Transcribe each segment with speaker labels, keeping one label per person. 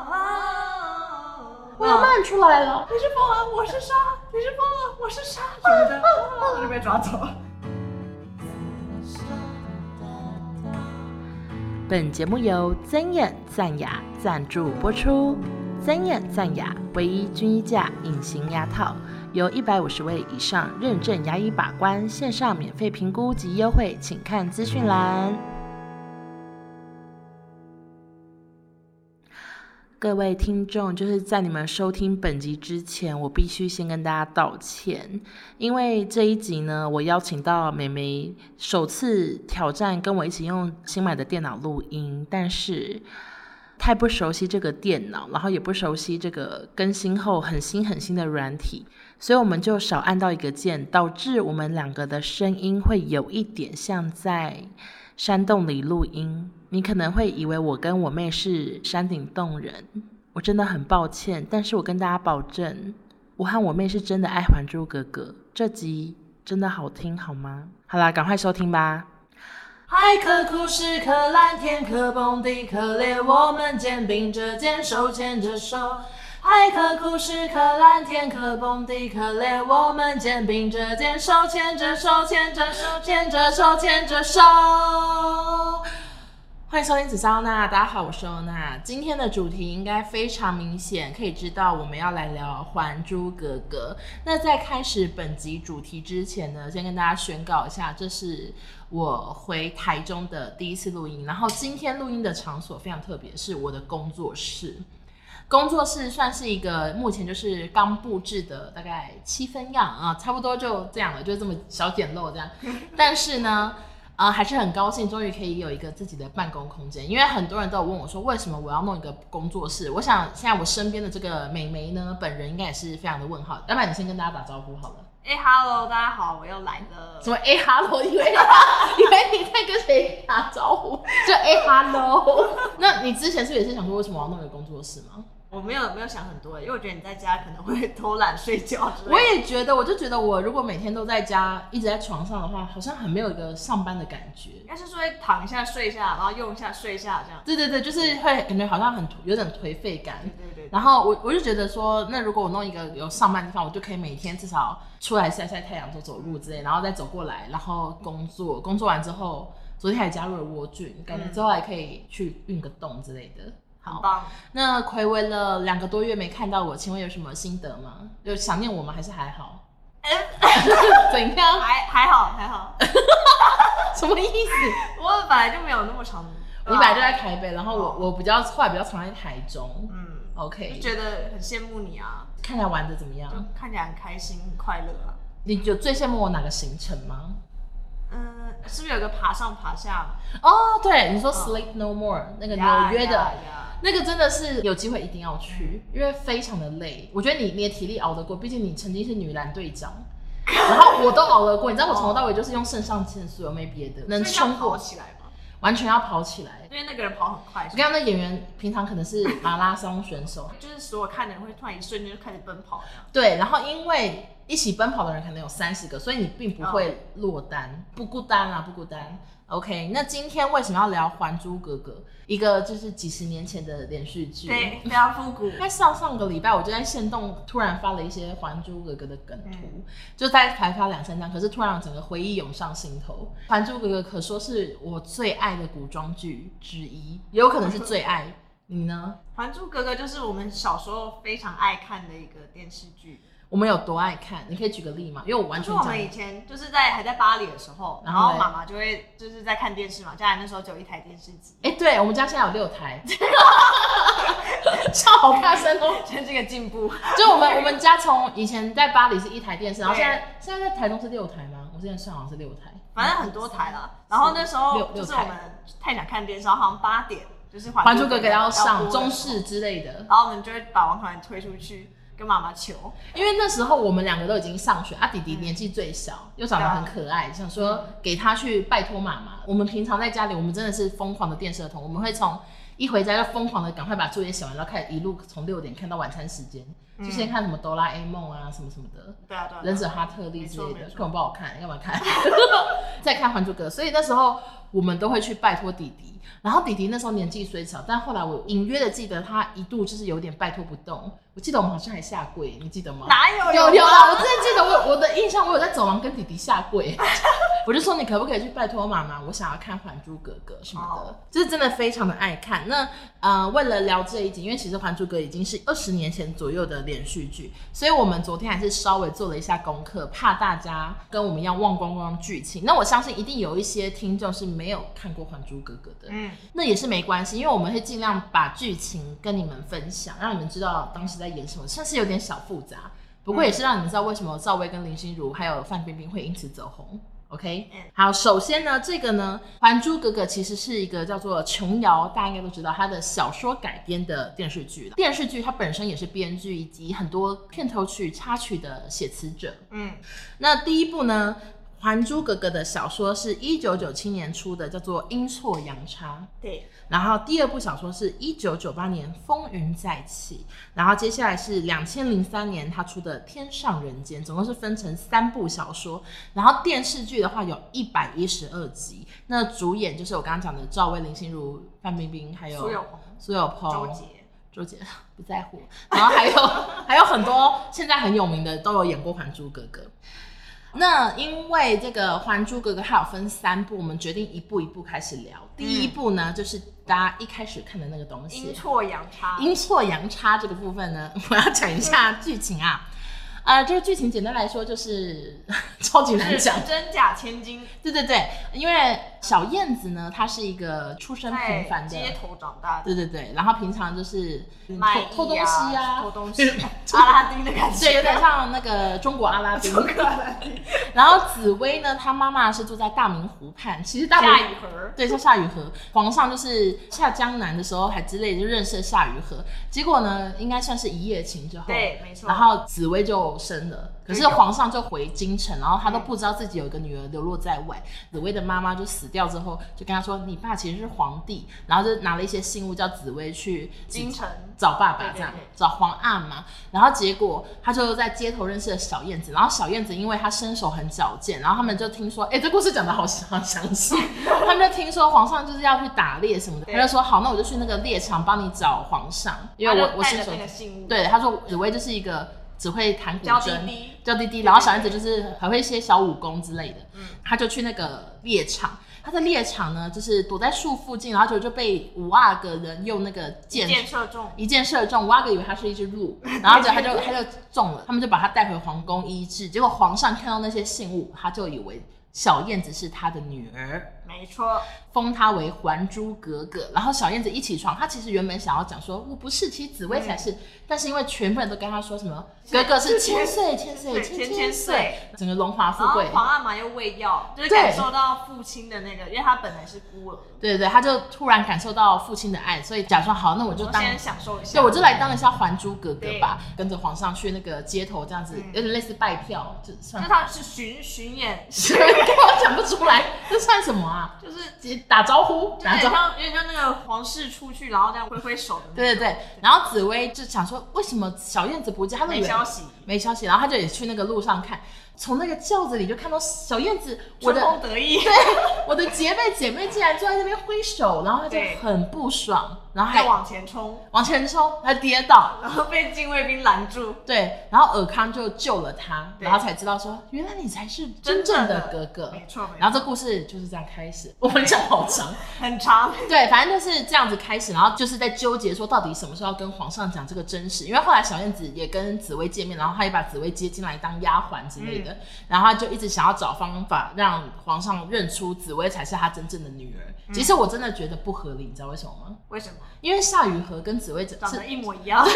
Speaker 1: 啊！
Speaker 2: 我要漫出来了。
Speaker 1: 你是风儿，我是沙；你是风儿，我是沙。什么的，我就被抓走了。
Speaker 3: 本节目由增眼赞雅赞助播出。增眼赞雅唯一军医架隐形牙套，由一百五十位以上认证牙医把关，线上免费评估及优惠，请看资讯栏。各位听众，就是在你们收听本集之前，我必须先跟大家道歉，因为这一集呢，我邀请到美眉首次挑战跟我一起用新买的电脑录音，但是太不熟悉这个电脑，然后也不熟悉这个更新后很新很新的软体，所以我们就少按到一个键，导致我们两个的声音会有一点像在山洞里录音，你可能会以为我跟我妹是山顶洞人，我真的很抱歉，但是我跟大家保证，我和我妹是真的爱《还珠格格》，这集真的好听好吗？好啦，赶快收听吧。
Speaker 1: 海可枯石可蓝天可崩地可裂，我们肩并着肩，手牵着手。海可枯石可蓝天可崩地可裂，我们肩并着肩，手牵着手，牵着手，牵着手，牵着手。
Speaker 3: 欢迎收听紫砂欧娜，大家好，我是欧娜。今天的主题应该非常明显，可以知道我们要来聊《还珠格格》。那在开始本集主题之前呢，先跟大家宣告一下，这是我回台中的第一次录音。然后今天录音的场所非常特别，是我的工作室。工作室算是一个目前就是刚布置的大概七分样啊，差不多就这样了，就这么小简陋这 样。但是呢，呃，还是很高兴，终于可以有一个自己的办公空间。因为很多人都有问我说，为什么我要弄一个工作室？我想现在我身边的这个美眉呢，本人应该也是非常的问号。要不然你先跟大家打招呼好了。
Speaker 1: 哎、哈喽，大家好，我又来了
Speaker 3: 什。么 A 哎哈喽？以为以为你在跟谁打招呼？就 A 哈喽。 那你之前是不是也是想说，为什么我要弄一个工作室吗？
Speaker 1: 我没有没有想很多，因为我觉得你在家可能会偷懒睡觉之类的。
Speaker 3: 我也觉得，我就觉得我如果每天都在家一直在床上的话，好像很没有一个上班的感觉。
Speaker 1: 应该是说会躺一下睡一下，然后用一下睡一下这样。
Speaker 3: 对对对，就是会感觉好像很颓有点颓废感。
Speaker 1: 对对对，
Speaker 3: 然后我我就觉得说，那如果我弄一个有上班的地方，我就可以每天至少出来晒晒太阳、走走路之类，然后再走过来，然后工作，工作完之后，昨天还加入了蜗菌，感觉之后还可以去运个动之类的。
Speaker 1: 很
Speaker 3: 好，
Speaker 1: 棒。
Speaker 3: 那暌违了两个多月没看到我，请问有什么心得吗？有想念我吗？还是还好？ 怎样？
Speaker 1: 还还好还好，
Speaker 3: 什么意思？啊
Speaker 1: 我本来就没有那么长。
Speaker 3: 你本来就在台北，然后我我比较后来比较常在台中。
Speaker 1: 嗯，就
Speaker 3: OK，
Speaker 1: 觉得很羡慕你啊，
Speaker 3: 看起来玩的怎么
Speaker 1: 就
Speaker 3: 样？
Speaker 1: 看起来很开心很快乐啊。
Speaker 3: 你有最羡慕我哪个行程吗？
Speaker 1: 嗯，是不是有个爬上爬下？
Speaker 3: 哦，对，你
Speaker 1: 嗯
Speaker 3: 说 Sleep No More、那个纽约的。
Speaker 1: 呀呀
Speaker 3: 那个真的是有机会一定要去，因为非常的累。我觉得你你的体力熬得过，毕竟你曾经是女篮队 长，然后我都熬得过。你知道我从头到尾就是用肾上腺素，有没别的，能
Speaker 1: 所以这
Speaker 3: 冲
Speaker 1: 样跑
Speaker 3: 过，
Speaker 1: 起来吗？
Speaker 3: 完全要跑起来。
Speaker 1: 因为那个人跑很快
Speaker 3: 我，跟你讲，那演员平常可能是马拉松选手，
Speaker 1: 就是所有看的人会突然一瞬间就开始奔跑这样。
Speaker 3: 对，然后因为一起奔跑的人可能有三十个，所以你并不
Speaker 1: 哦
Speaker 3: 会落单，不孤单啦，不孤单。OK，那今天为什么要聊《还珠格格》？一个就是几十年前的连续剧。
Speaker 1: 对，非 常复古
Speaker 3: 应。该上上个礼拜我就在线动突然发了一些《还珠格格》的梗图，
Speaker 1: 嗯
Speaker 3: 就大概才发两三张，可是突然整个回忆涌上心头。《还珠格格》可说是我最爱的古装剧之一，也有可能是最爱。你呢？
Speaker 1: 《还珠格格》就是我们小时候非常爱看的一个电视剧，
Speaker 3: 我们有多爱看？你可以举个例吗？因为我完
Speaker 1: 就
Speaker 3: 全
Speaker 1: 是我
Speaker 3: 讲不
Speaker 1: 们以前就是在还在巴黎的时候，
Speaker 3: 然
Speaker 1: 然
Speaker 3: 后
Speaker 1: 后
Speaker 3: 嘞
Speaker 1: 妈妈就会就是在看电视嘛，家里那时候只有一台电视机，
Speaker 3: 哎、对我们家现在有六台， 超好大声哦！
Speaker 1: 真是个进步。
Speaker 3: 就我们我们家从以前在巴黎是一台电视，然后现在现在在台中是六台吗？我之前算好像是六台，
Speaker 1: 反正很多台啦。然后那时
Speaker 3: 六
Speaker 1: 候
Speaker 3: 六
Speaker 1: 就是
Speaker 3: 台
Speaker 1: 我们太想看电视，然后好像八点就是《
Speaker 3: 《还珠格格》要上
Speaker 1: 播的
Speaker 3: 中
Speaker 1: 时候
Speaker 3: 视，之类的，
Speaker 1: 然后我们就会把王传推出去跟妈妈求。
Speaker 3: 因为那时候我们两个都已经上学，啊，弟
Speaker 1: 嗯
Speaker 3: 弟年纪最小，又长
Speaker 1: 啊
Speaker 3: 得很可爱，想说给他去拜托妈妈。我们平常在家里，我们真的是疯狂的电视儿童，我们会从一回家就疯狂的赶快把作业写完，然后开始一路从六点看到晚餐时间，就
Speaker 1: 嗯
Speaker 3: 先看什么哆啦 A 梦啊什么什么的。
Speaker 1: 对啊对啊，对啊
Speaker 3: 忍者哈特利之类
Speaker 1: 没错没，
Speaker 3: 的
Speaker 1: 错
Speaker 3: 根本不好看，干嘛看？再看《还珠格格》，所以那时候我们都会去拜托弟弟。然后弟弟那时候年纪虽小，但后来我隐约的记得他一度就是有点拜托不动。我记得我们好像还下跪，你记得吗？
Speaker 1: 哪有
Speaker 3: 有有啦，
Speaker 1: 啊
Speaker 3: 我真的记得我有我的印象，我有在走廊跟弟弟下跪， 我就说你可不可以去拜托妈妈，我想要看《还珠格格》什么的
Speaker 1: 哦，
Speaker 3: 就是真的非常的爱看。那呃，为了聊这一集，因为其实《还珠格格》已经是二十年前左右的连续剧，所以我们昨天还是稍微做了一下功课，怕大家跟我们一样忘光光剧情。那我相信一定有一些听众是没有看过《还珠格格》的，
Speaker 1: 嗯，
Speaker 3: 那也是没关系，因为我们会尽量把剧情跟你们分享，让你们知道当时在演什么，算是有点小复杂，不过也是让你们知道为什么赵薇跟林心如还有范冰冰会因此走红。OK，
Speaker 1: 嗯
Speaker 3: 好，首先呢，这个呢，《还珠格格》其实是一个叫做琼瑶，大家应该都知道，它的小说改编的电视剧。电视剧它本身也是编剧以及很多片头曲、插曲的写词者。
Speaker 1: 嗯，
Speaker 3: 那第一部呢，《还珠格格》的小说是一九九七年出的，叫做《阴错阳差》。
Speaker 1: 对，
Speaker 3: 然后第二部小说是一九九八年《风云再起》，然后接下来是两千零三年他出的《天上人间》，总共是分成三部小说。然后电视剧的话有一百一十二集，那主演就是我刚刚讲的赵薇、林心如、范冰冰，还有
Speaker 1: 苏有朋、
Speaker 3: 苏有朋、
Speaker 1: 周杰，
Speaker 3: 周杰 不在乎，然后还有还有很多现在很有名的都有演过《还珠格格》。那因为这个《还珠格格》它有分三部，我们决定一步一步开始聊。第一步呢，就是大家一开始看的那个东
Speaker 1: 嗯阴
Speaker 3: 西
Speaker 1: 错阳差
Speaker 3: “，阴错阳差”这个部分呢， 我要讲一下
Speaker 1: 嗯
Speaker 3: 剧情啊。呃，这个剧情简单来说就是 超级难
Speaker 1: 是
Speaker 3: 讲，
Speaker 1: 真假千金，
Speaker 3: 对对对，因为小燕子呢，她是一个出身平
Speaker 1: 在
Speaker 3: 凡的，
Speaker 1: 街头长大的，
Speaker 3: 对对对，然后平常就是嗯
Speaker 1: 卖艺啊
Speaker 3: 偷偷东西啊，
Speaker 1: 偷东西， 阿拉丁的感觉，
Speaker 3: 对，有点像那个中国阿拉丁。然后紫薇呢，她妈妈是住在大明湖畔，其实大
Speaker 1: 下
Speaker 3: 明
Speaker 1: 雨盒，
Speaker 3: 对叫夏雨荷，皇上就是下江南的时候还之类就认识了夏雨荷，结果呢，应该算是一夜情之后，
Speaker 1: 对，没错，
Speaker 3: 然后紫薇就生了，可是
Speaker 1: 对有嗯
Speaker 3: 皇上就回京城，然后他都不知道自己有一个女儿流落在外。紫薇的妈妈就死掉之后，就跟他说：“你爸其实是皇帝。”然后就拿了一些信物叫紫薇去
Speaker 1: 京城
Speaker 3: 找爸爸，
Speaker 1: 对对
Speaker 3: 这样
Speaker 1: 对
Speaker 3: 找皇阿玛。然后结果他就在街头认识了小燕子，然后小燕子因为她身手很矫健，然后他们就听说，哎，这故事讲的好 详详细，他们就听说皇上就是要去打猎什么的，
Speaker 1: 对
Speaker 3: 他就说好，那我就去那个猎场帮你找皇上，因
Speaker 1: 他
Speaker 3: 为
Speaker 1: 就
Speaker 3: 我我
Speaker 1: 带
Speaker 3: 身
Speaker 1: 着
Speaker 3: 手
Speaker 1: 那个信物，
Speaker 3: 对，他说紫薇就是一个只会弹古
Speaker 1: 娇滴
Speaker 3: 筝、
Speaker 1: 滴
Speaker 3: 娇滴滴，然后小燕子就是还会一些小武功之类的。
Speaker 1: 嗯
Speaker 3: 他就去那个猎场，他在猎场呢，就是躲在树附近，然后就就被五阿哥人用那个箭
Speaker 1: 箭射中，
Speaker 3: 一箭射中，五阿哥以为他是一只 鹿，然后就他就他就中了，他们就把他带回皇宫医治。结果皇上看到那些信物，他就以为小燕子是他的女儿。
Speaker 1: 没错，
Speaker 3: 封她为《还珠格格》，然后小燕子一起床，她其实原本想要讲说我不是，其实紫薇才
Speaker 1: 嗯
Speaker 3: 是，但是因为全部人都跟她说 什么格格是千岁千岁
Speaker 1: 对
Speaker 3: 千
Speaker 1: 千
Speaker 3: 千
Speaker 1: 千
Speaker 3: 岁
Speaker 1: 岁，
Speaker 3: 整个荣华富
Speaker 1: 然后
Speaker 3: 贵。
Speaker 1: 皇阿玛又喂药，就是
Speaker 3: 对
Speaker 1: 感受到父亲的那个，因为他本来是孤儿，
Speaker 3: 对对对，她就突然感受到父亲的爱，所以假装好，那我就
Speaker 1: 我
Speaker 3: 当，
Speaker 1: 先享受一下，
Speaker 3: 对我就来当一下《还珠格格》吧，跟着皇上去那个街头这样子，
Speaker 1: 嗯
Speaker 3: 有点类似拜票，就算
Speaker 1: 就他是巡巡演，
Speaker 3: 是我讲不出来，这算什么啊？
Speaker 1: 就是
Speaker 3: 打招呼，
Speaker 1: 就有
Speaker 3: 打
Speaker 1: 点
Speaker 3: 招呼。
Speaker 1: 像有点像那个皇室出去，然后这样挥挥手的那
Speaker 3: 对对对，然后紫薇就想说，为什么小燕子不见？她
Speaker 1: 种，
Speaker 3: 都以
Speaker 1: 没
Speaker 3: 为
Speaker 1: 消息，
Speaker 3: 没消息，然后他就也去那个路上看，从那个轿子里就看到小燕子，我
Speaker 1: 春
Speaker 3: 的
Speaker 1: 风得意，
Speaker 3: 我的结拜姐妹竟然坐在那边挥手，然后他就
Speaker 1: 对
Speaker 3: 很不爽，然后
Speaker 1: 再
Speaker 3: 还
Speaker 1: 往前冲，
Speaker 3: 往前冲，他跌倒，
Speaker 1: 然后被禁卫兵拦住，
Speaker 3: 对，然后尔康就救了他，
Speaker 1: 对
Speaker 3: 然后才知道说，原来你才是真正的哥哥。
Speaker 1: 没错没错，
Speaker 3: 然后这故事就是这样开始， 我们讲好长，
Speaker 1: 很长，
Speaker 3: 对，反正就是这样子开始，然后就是在纠结说到底什么时候要跟皇上讲这个真实，因为后来小燕子也跟紫薇见面，然后她也把紫薇接进来当丫鬟之类
Speaker 1: 嗯
Speaker 3: 的，然后她就一直想要找方法让皇上认出紫薇才是她真正的女儿。
Speaker 1: 嗯
Speaker 3: 其实我真的觉得不合理，你知道为什么吗？
Speaker 1: 为什么
Speaker 3: 因为夏雨荷跟紫薇是
Speaker 1: 长得一模一样？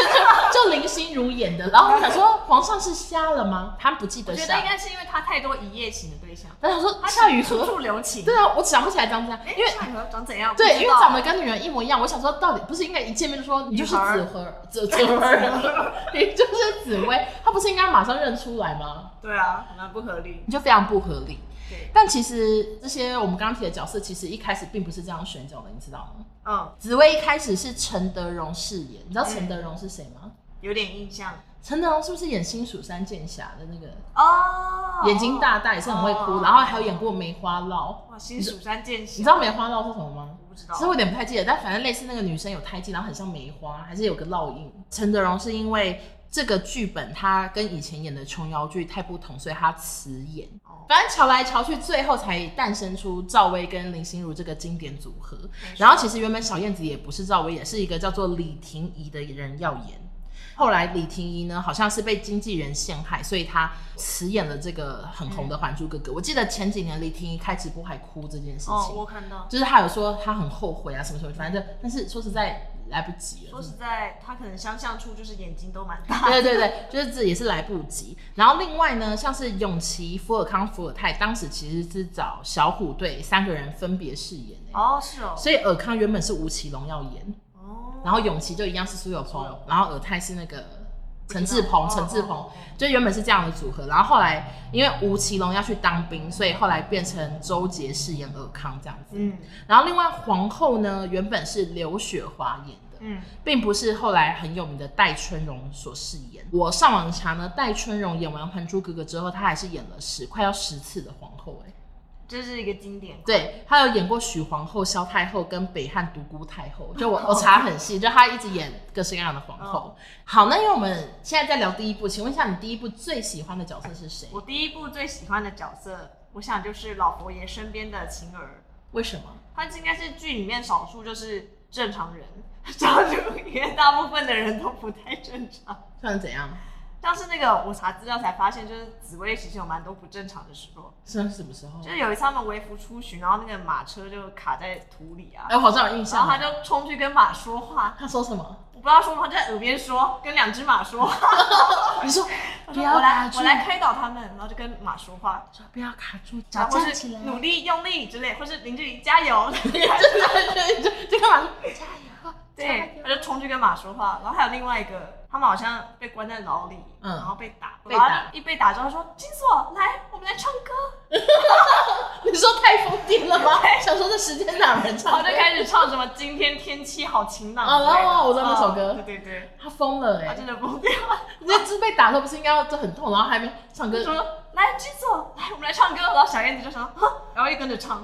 Speaker 3: 就林心如演的，然后我想说皇上是瞎了吗？他不记
Speaker 1: 我
Speaker 3: 得
Speaker 1: 觉得
Speaker 3: 瞎
Speaker 1: 应，该是因为他太多一夜情的对象，
Speaker 3: 但他说
Speaker 1: 他
Speaker 3: 夏雨
Speaker 1: 处
Speaker 3: 荷，
Speaker 1: 处留情，
Speaker 3: 对啊，我想不起来当家，
Speaker 1: 哎，
Speaker 3: 因为
Speaker 1: 夏雨荷长怎样？
Speaker 3: 对，
Speaker 1: 不知
Speaker 3: 因为
Speaker 1: 道
Speaker 3: 长得跟女人一模一样，我想说到底不是应该一见面就说你就是紫荷，紫紫荷儿， 你就是紫薇，她不是应该马上认出来吗？
Speaker 1: 对啊，蛮不合理，
Speaker 3: 你就非常不合理。
Speaker 1: 对，
Speaker 3: 但其实这些我们刚刚提的角色，其实一开始并不是这样选角的，你知道吗？
Speaker 1: 嗯，
Speaker 3: 紫薇一开始是陈德容饰演，你知道陈德容是谁吗？
Speaker 1: 有点印象，
Speaker 3: 陈德容是不是演《新蜀山剑侠》的那个
Speaker 1: 哦，
Speaker 3: 眼睛大大也是很会哭，
Speaker 1: 哦
Speaker 3: 然后还有演过《梅花烙》。
Speaker 1: 哇，新蜀山剑侠，
Speaker 3: 你知道梅花烙是什么吗？
Speaker 1: 我不知
Speaker 3: 其实
Speaker 1: 道，
Speaker 3: 我有点不太记得，但反正类似那个女生有胎记，然后很像梅花，还是有个烙印。陈德容是因为这个剧本，她跟以前演的琼瑶剧太不同，所以她辞演。
Speaker 1: 哦
Speaker 3: 反正瞧来瞧去，最后才诞生出赵薇跟林心如这个经典组合。
Speaker 1: 没错
Speaker 3: 然后其实原本小燕子也不是赵薇，也是一个叫做李婷宜的人要演。后来李婷宜呢，好像是被经纪人陷害，所以她辞演了这个很红的《还珠格格》。我记得前几年李婷宜开直播还哭这件事情，
Speaker 1: 哦，我看到。
Speaker 3: 就是她有说她很后悔啊什么什么，反正就但是说实在来不及了。
Speaker 1: 说
Speaker 3: 真的
Speaker 1: 实在，他可能相像处就是眼睛都蛮大的。
Speaker 3: 对对对，就是这也是来不及。然后另外呢，像是永琪、福尔康、伏尔泰，当时其实是找小虎队三个人分别饰演的、
Speaker 1: 哦，是哦，
Speaker 3: 所以尔康原本是吴奇隆要演，
Speaker 1: 哦，
Speaker 3: 然后永琪就一样是苏有
Speaker 1: 苏有
Speaker 3: 朋
Speaker 1: 朋，
Speaker 3: 然后尔泰是那个陈志
Speaker 1: 哦
Speaker 3: 鹏，陈志鹏
Speaker 1: 哦哦
Speaker 3: 就原本是这样的组合，然后后来因为吴奇隆要去当兵，所以后来变成周杰饰演尔康这样子。
Speaker 1: 嗯
Speaker 3: 然后另外皇后呢，原本是刘雪华演的，
Speaker 1: 嗯，
Speaker 3: 并不是后来很有名的戴春荣所饰演。我上网查呢，戴春荣演完《还珠格格》之后，她还是演了十快要十次的皇后、欸，
Speaker 1: 这是一个经典。
Speaker 3: 对，她有演过许皇后、萧太后跟北汉独孤太后。就我我查很细，就她一直演各式各样的皇
Speaker 1: 哦
Speaker 3: 后。好，那因为我们现在在聊第一部，请问一下你第一部最喜欢的角色是谁？
Speaker 1: 我第一部最喜欢的角色，我想就是老佛爷身边的晴儿，
Speaker 3: 为什么？
Speaker 1: 她应该是剧里面少数就是正常人， 少数里面大部分的人都不太正常。
Speaker 3: 算怎样？
Speaker 1: 像是那个我查资料才发现，就是紫薇其实有蛮多不正常的时候，
Speaker 3: 是什么时候
Speaker 1: 就？是有一次他们微服出巡，然后那个马车就卡在土里啊
Speaker 3: 哎、，我好像有印
Speaker 1: 然
Speaker 3: 象
Speaker 1: 后他
Speaker 3: 了。
Speaker 1: 就冲去跟马说话，
Speaker 3: 他说什么？
Speaker 1: 我不知道说什么，他就在耳边说，跟两只马说话，
Speaker 3: 你说
Speaker 1: 他
Speaker 3: 不
Speaker 1: 说
Speaker 3: 要
Speaker 1: 我
Speaker 3: 卡
Speaker 1: 来
Speaker 3: 住
Speaker 1: 我，来开导他们，然后就跟马说话，
Speaker 3: 说不要卡住，
Speaker 1: 然
Speaker 3: 脚
Speaker 1: 后或
Speaker 3: 站起
Speaker 1: 是
Speaker 3: 来。
Speaker 1: 努力用力之类，或是林志玲加 油，
Speaker 3: 对对对，这干嘛？
Speaker 1: 对，他就冲去跟马说话，然后还有另外一个，他们好像被关在牢里，
Speaker 3: 嗯
Speaker 1: 然后被打，
Speaker 3: 被打
Speaker 1: 然后一被打之后他说金锁来，我们来唱 歌，
Speaker 3: 你说太疯癫了吗？想说这时间哪人
Speaker 1: 然后
Speaker 3: 唱
Speaker 1: 就
Speaker 3: 的？
Speaker 1: 开始唱什么今天天气好晴朗，
Speaker 3: 哦
Speaker 1: 之类的
Speaker 3: 哦我知道那首
Speaker 1: 嗯
Speaker 3: 歌
Speaker 1: 对对对，
Speaker 3: 他疯了哎、
Speaker 1: 他真的疯 掉，
Speaker 3: 你这次被打的不是应该要就很痛，然后还没唱歌
Speaker 1: 就，说来金锁来，我们来唱歌，然后小燕子就想，哼然后也跟着唱。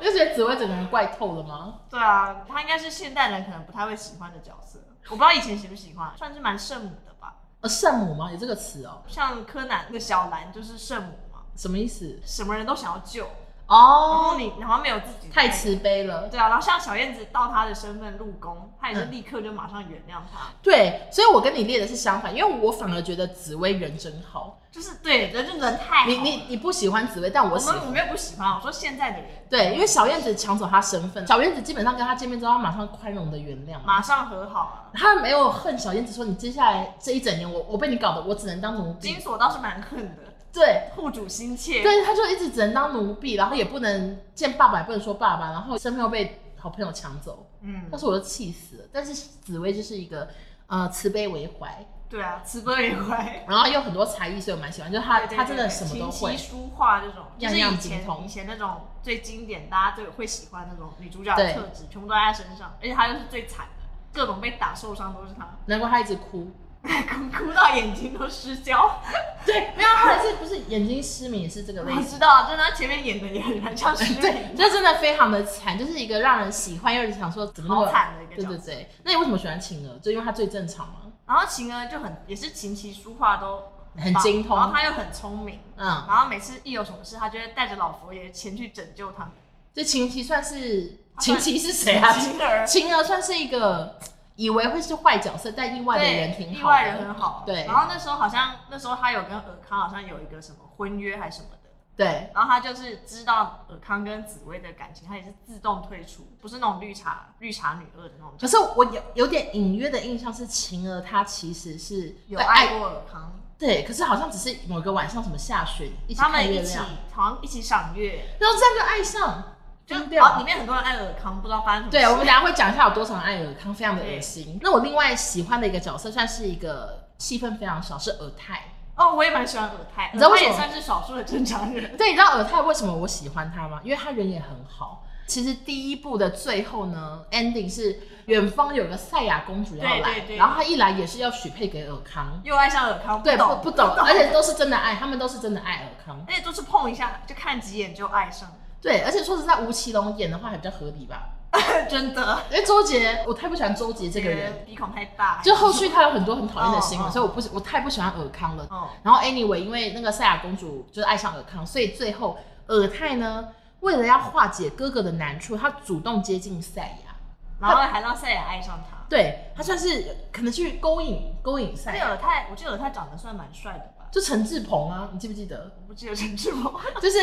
Speaker 3: 就觉得紫薇整个人怪透了吗？
Speaker 1: 对啊，他应该是现代人可能不太会喜欢的角色，我不知道以前喜不喜欢，算是蛮圣母的吧。
Speaker 3: 呃，圣母吗？有这个词哦、
Speaker 1: 像柯南的小兰就是圣母嘛，
Speaker 3: 什么意思？
Speaker 1: 什么人都想要救，然
Speaker 3: 哦，
Speaker 1: 后你然后没有自己的
Speaker 3: 太慈悲了。
Speaker 1: 对啊，然后像小燕子到她的身份入宫，她也
Speaker 3: 嗯
Speaker 1: 是立刻就马上原谅她，
Speaker 3: 对，所以我跟你列的是相反，因为我反而觉得紫薇人真好。
Speaker 1: 就是对人就人太好了
Speaker 3: 你你你不喜欢紫薇，但我
Speaker 1: 我
Speaker 3: 喜
Speaker 1: 们我
Speaker 3: 欢。
Speaker 1: 没有不喜欢，啊我说现在的人
Speaker 3: 对，因为小燕子抢走她身份，小燕子基本上跟她见面之后，她马上宽容的原谅。
Speaker 1: 马上和好啊。
Speaker 3: 他没有恨小燕子说你接下来这一整年我我被你搞得我只能当奴婢
Speaker 1: 金，锁倒是蛮恨的，
Speaker 3: 对
Speaker 1: 护主心切，
Speaker 3: 对，他就一直只能当奴婢，然后也不能见爸爸，也不能说爸爸，然后身份又被好朋友抢走，
Speaker 1: 嗯
Speaker 3: 但，是我都气死了。但是紫薇就是一个呃慈悲为怀，
Speaker 1: 对啊，慈悲为怀。
Speaker 3: 然后又有很多才艺，所以我蛮喜欢，就是他他真的什么都会
Speaker 1: 琴棋。书画这种，就
Speaker 3: 样
Speaker 1: 是
Speaker 3: 样
Speaker 1: 以
Speaker 3: 精
Speaker 1: 前
Speaker 3: 通
Speaker 1: 以前那种最经典，大家最会喜欢那种女主角
Speaker 3: 对
Speaker 1: 的特质，全部都在她身上，而且她又是最惨的，各种被打受伤都是她，
Speaker 3: 难怪他一直哭，
Speaker 1: 哭哭到眼睛都失 焦。
Speaker 3: 对，没有，他还是不是眼睛失明也是这个类
Speaker 1: 我
Speaker 3: 型，
Speaker 1: 知道，真的，她前面演的也很像失
Speaker 3: 对，
Speaker 1: 明，
Speaker 3: 这真的非常的惨，就是一个让人喜欢，又是想说怎么那
Speaker 1: 好
Speaker 3: 么，
Speaker 1: 惨的一个
Speaker 3: 对
Speaker 1: 角
Speaker 3: 对
Speaker 1: 色。
Speaker 3: 对。那你为什么喜欢晴儿？就因为她最正常吗？
Speaker 1: 然后晴儿就很也是琴棋书画都
Speaker 3: 很
Speaker 1: 棒
Speaker 3: 精通
Speaker 1: 然后她又很聪明，
Speaker 3: 嗯，
Speaker 1: 然后每次一有什么事，她就会带着老佛爷前去拯救他们。
Speaker 3: 这秦琪算是
Speaker 1: 他
Speaker 3: 秦
Speaker 1: 算
Speaker 3: 琪是谁 啊？
Speaker 1: 晴儿
Speaker 3: 秦儿算是一个以为会是坏角色，但意外的
Speaker 1: 对，
Speaker 3: 人挺好的，
Speaker 1: 意外人很好。
Speaker 3: 对
Speaker 1: 然后那时候好像那时候他有跟尔康好像有一个什么婚约还是什么的，
Speaker 3: 对
Speaker 1: 然后他就是知道尔康跟紫薇的感情，他也是自动退出，不是那种绿茶绿茶女二的那种
Speaker 3: 可
Speaker 1: 角色。
Speaker 3: 是我有有点隐约的印象是晴儿她其实是
Speaker 1: 有
Speaker 3: 对
Speaker 1: 爱过尔康，
Speaker 3: 对，可是好像只是某个晚上什么下雪一起
Speaker 1: 他
Speaker 3: 看
Speaker 1: 们
Speaker 3: 月
Speaker 1: 一起
Speaker 3: 亮，
Speaker 1: 好像一起赏月，
Speaker 3: 然后这样就爱上，
Speaker 1: 就哦
Speaker 3: 疯
Speaker 1: 然后
Speaker 3: 掉
Speaker 1: 里。面很多人爱尔康，不知道发生什么事。
Speaker 3: 啊对，啊我们等一下会讲一下有多少人爱尔康，非常的恶心。那我另外喜欢的一个角色，算是一个戏份非常少，是尔泰。
Speaker 1: 哦，我也蛮喜欢尔泰，
Speaker 3: 你知道
Speaker 1: 尔
Speaker 3: 为
Speaker 1: 泰
Speaker 3: 什
Speaker 1: 也
Speaker 3: 么
Speaker 1: 算是少数的正常人。
Speaker 3: 对，你知道尔泰为什么我喜欢他吗？因为他人也很好。其实第一部的最后呢，ending 是远方有个赛亚公主要来，
Speaker 1: 对对对
Speaker 3: 然后她一来也是要许配给尔康，
Speaker 1: 又爱上尔康，
Speaker 3: 对，不
Speaker 1: 懂
Speaker 3: 不懂，而且都是真的爱，他们都是真的爱尔康。
Speaker 1: 而且都是碰一下就看几眼就爱上，
Speaker 3: 对，而且说实在，吴奇隆演的话还比较合理吧，
Speaker 1: 真的。
Speaker 3: 因为周杰，我太不喜欢周杰这个人，
Speaker 1: 鼻孔太大，
Speaker 3: 就后续他有很多很讨厌的新闻，
Speaker 1: 哦哦
Speaker 3: 所以我不喜我太不喜欢尔康了。
Speaker 1: 哦
Speaker 3: 然后 anyway，因为那个赛亚公主就是爱上尔康，所以最后尔泰呢，为了要化解哥哥的难处，他主动接近赛亚，
Speaker 1: 然后还让赛亚爱上他。
Speaker 3: 对他算是可能去勾引勾引赛
Speaker 1: 而且
Speaker 3: 亚，
Speaker 1: 尔泰，我记得尔泰长得算蛮帅的吧？
Speaker 3: 就陈志鹏啊，你记不记得？
Speaker 1: 我不记得陈志鹏，
Speaker 3: 就是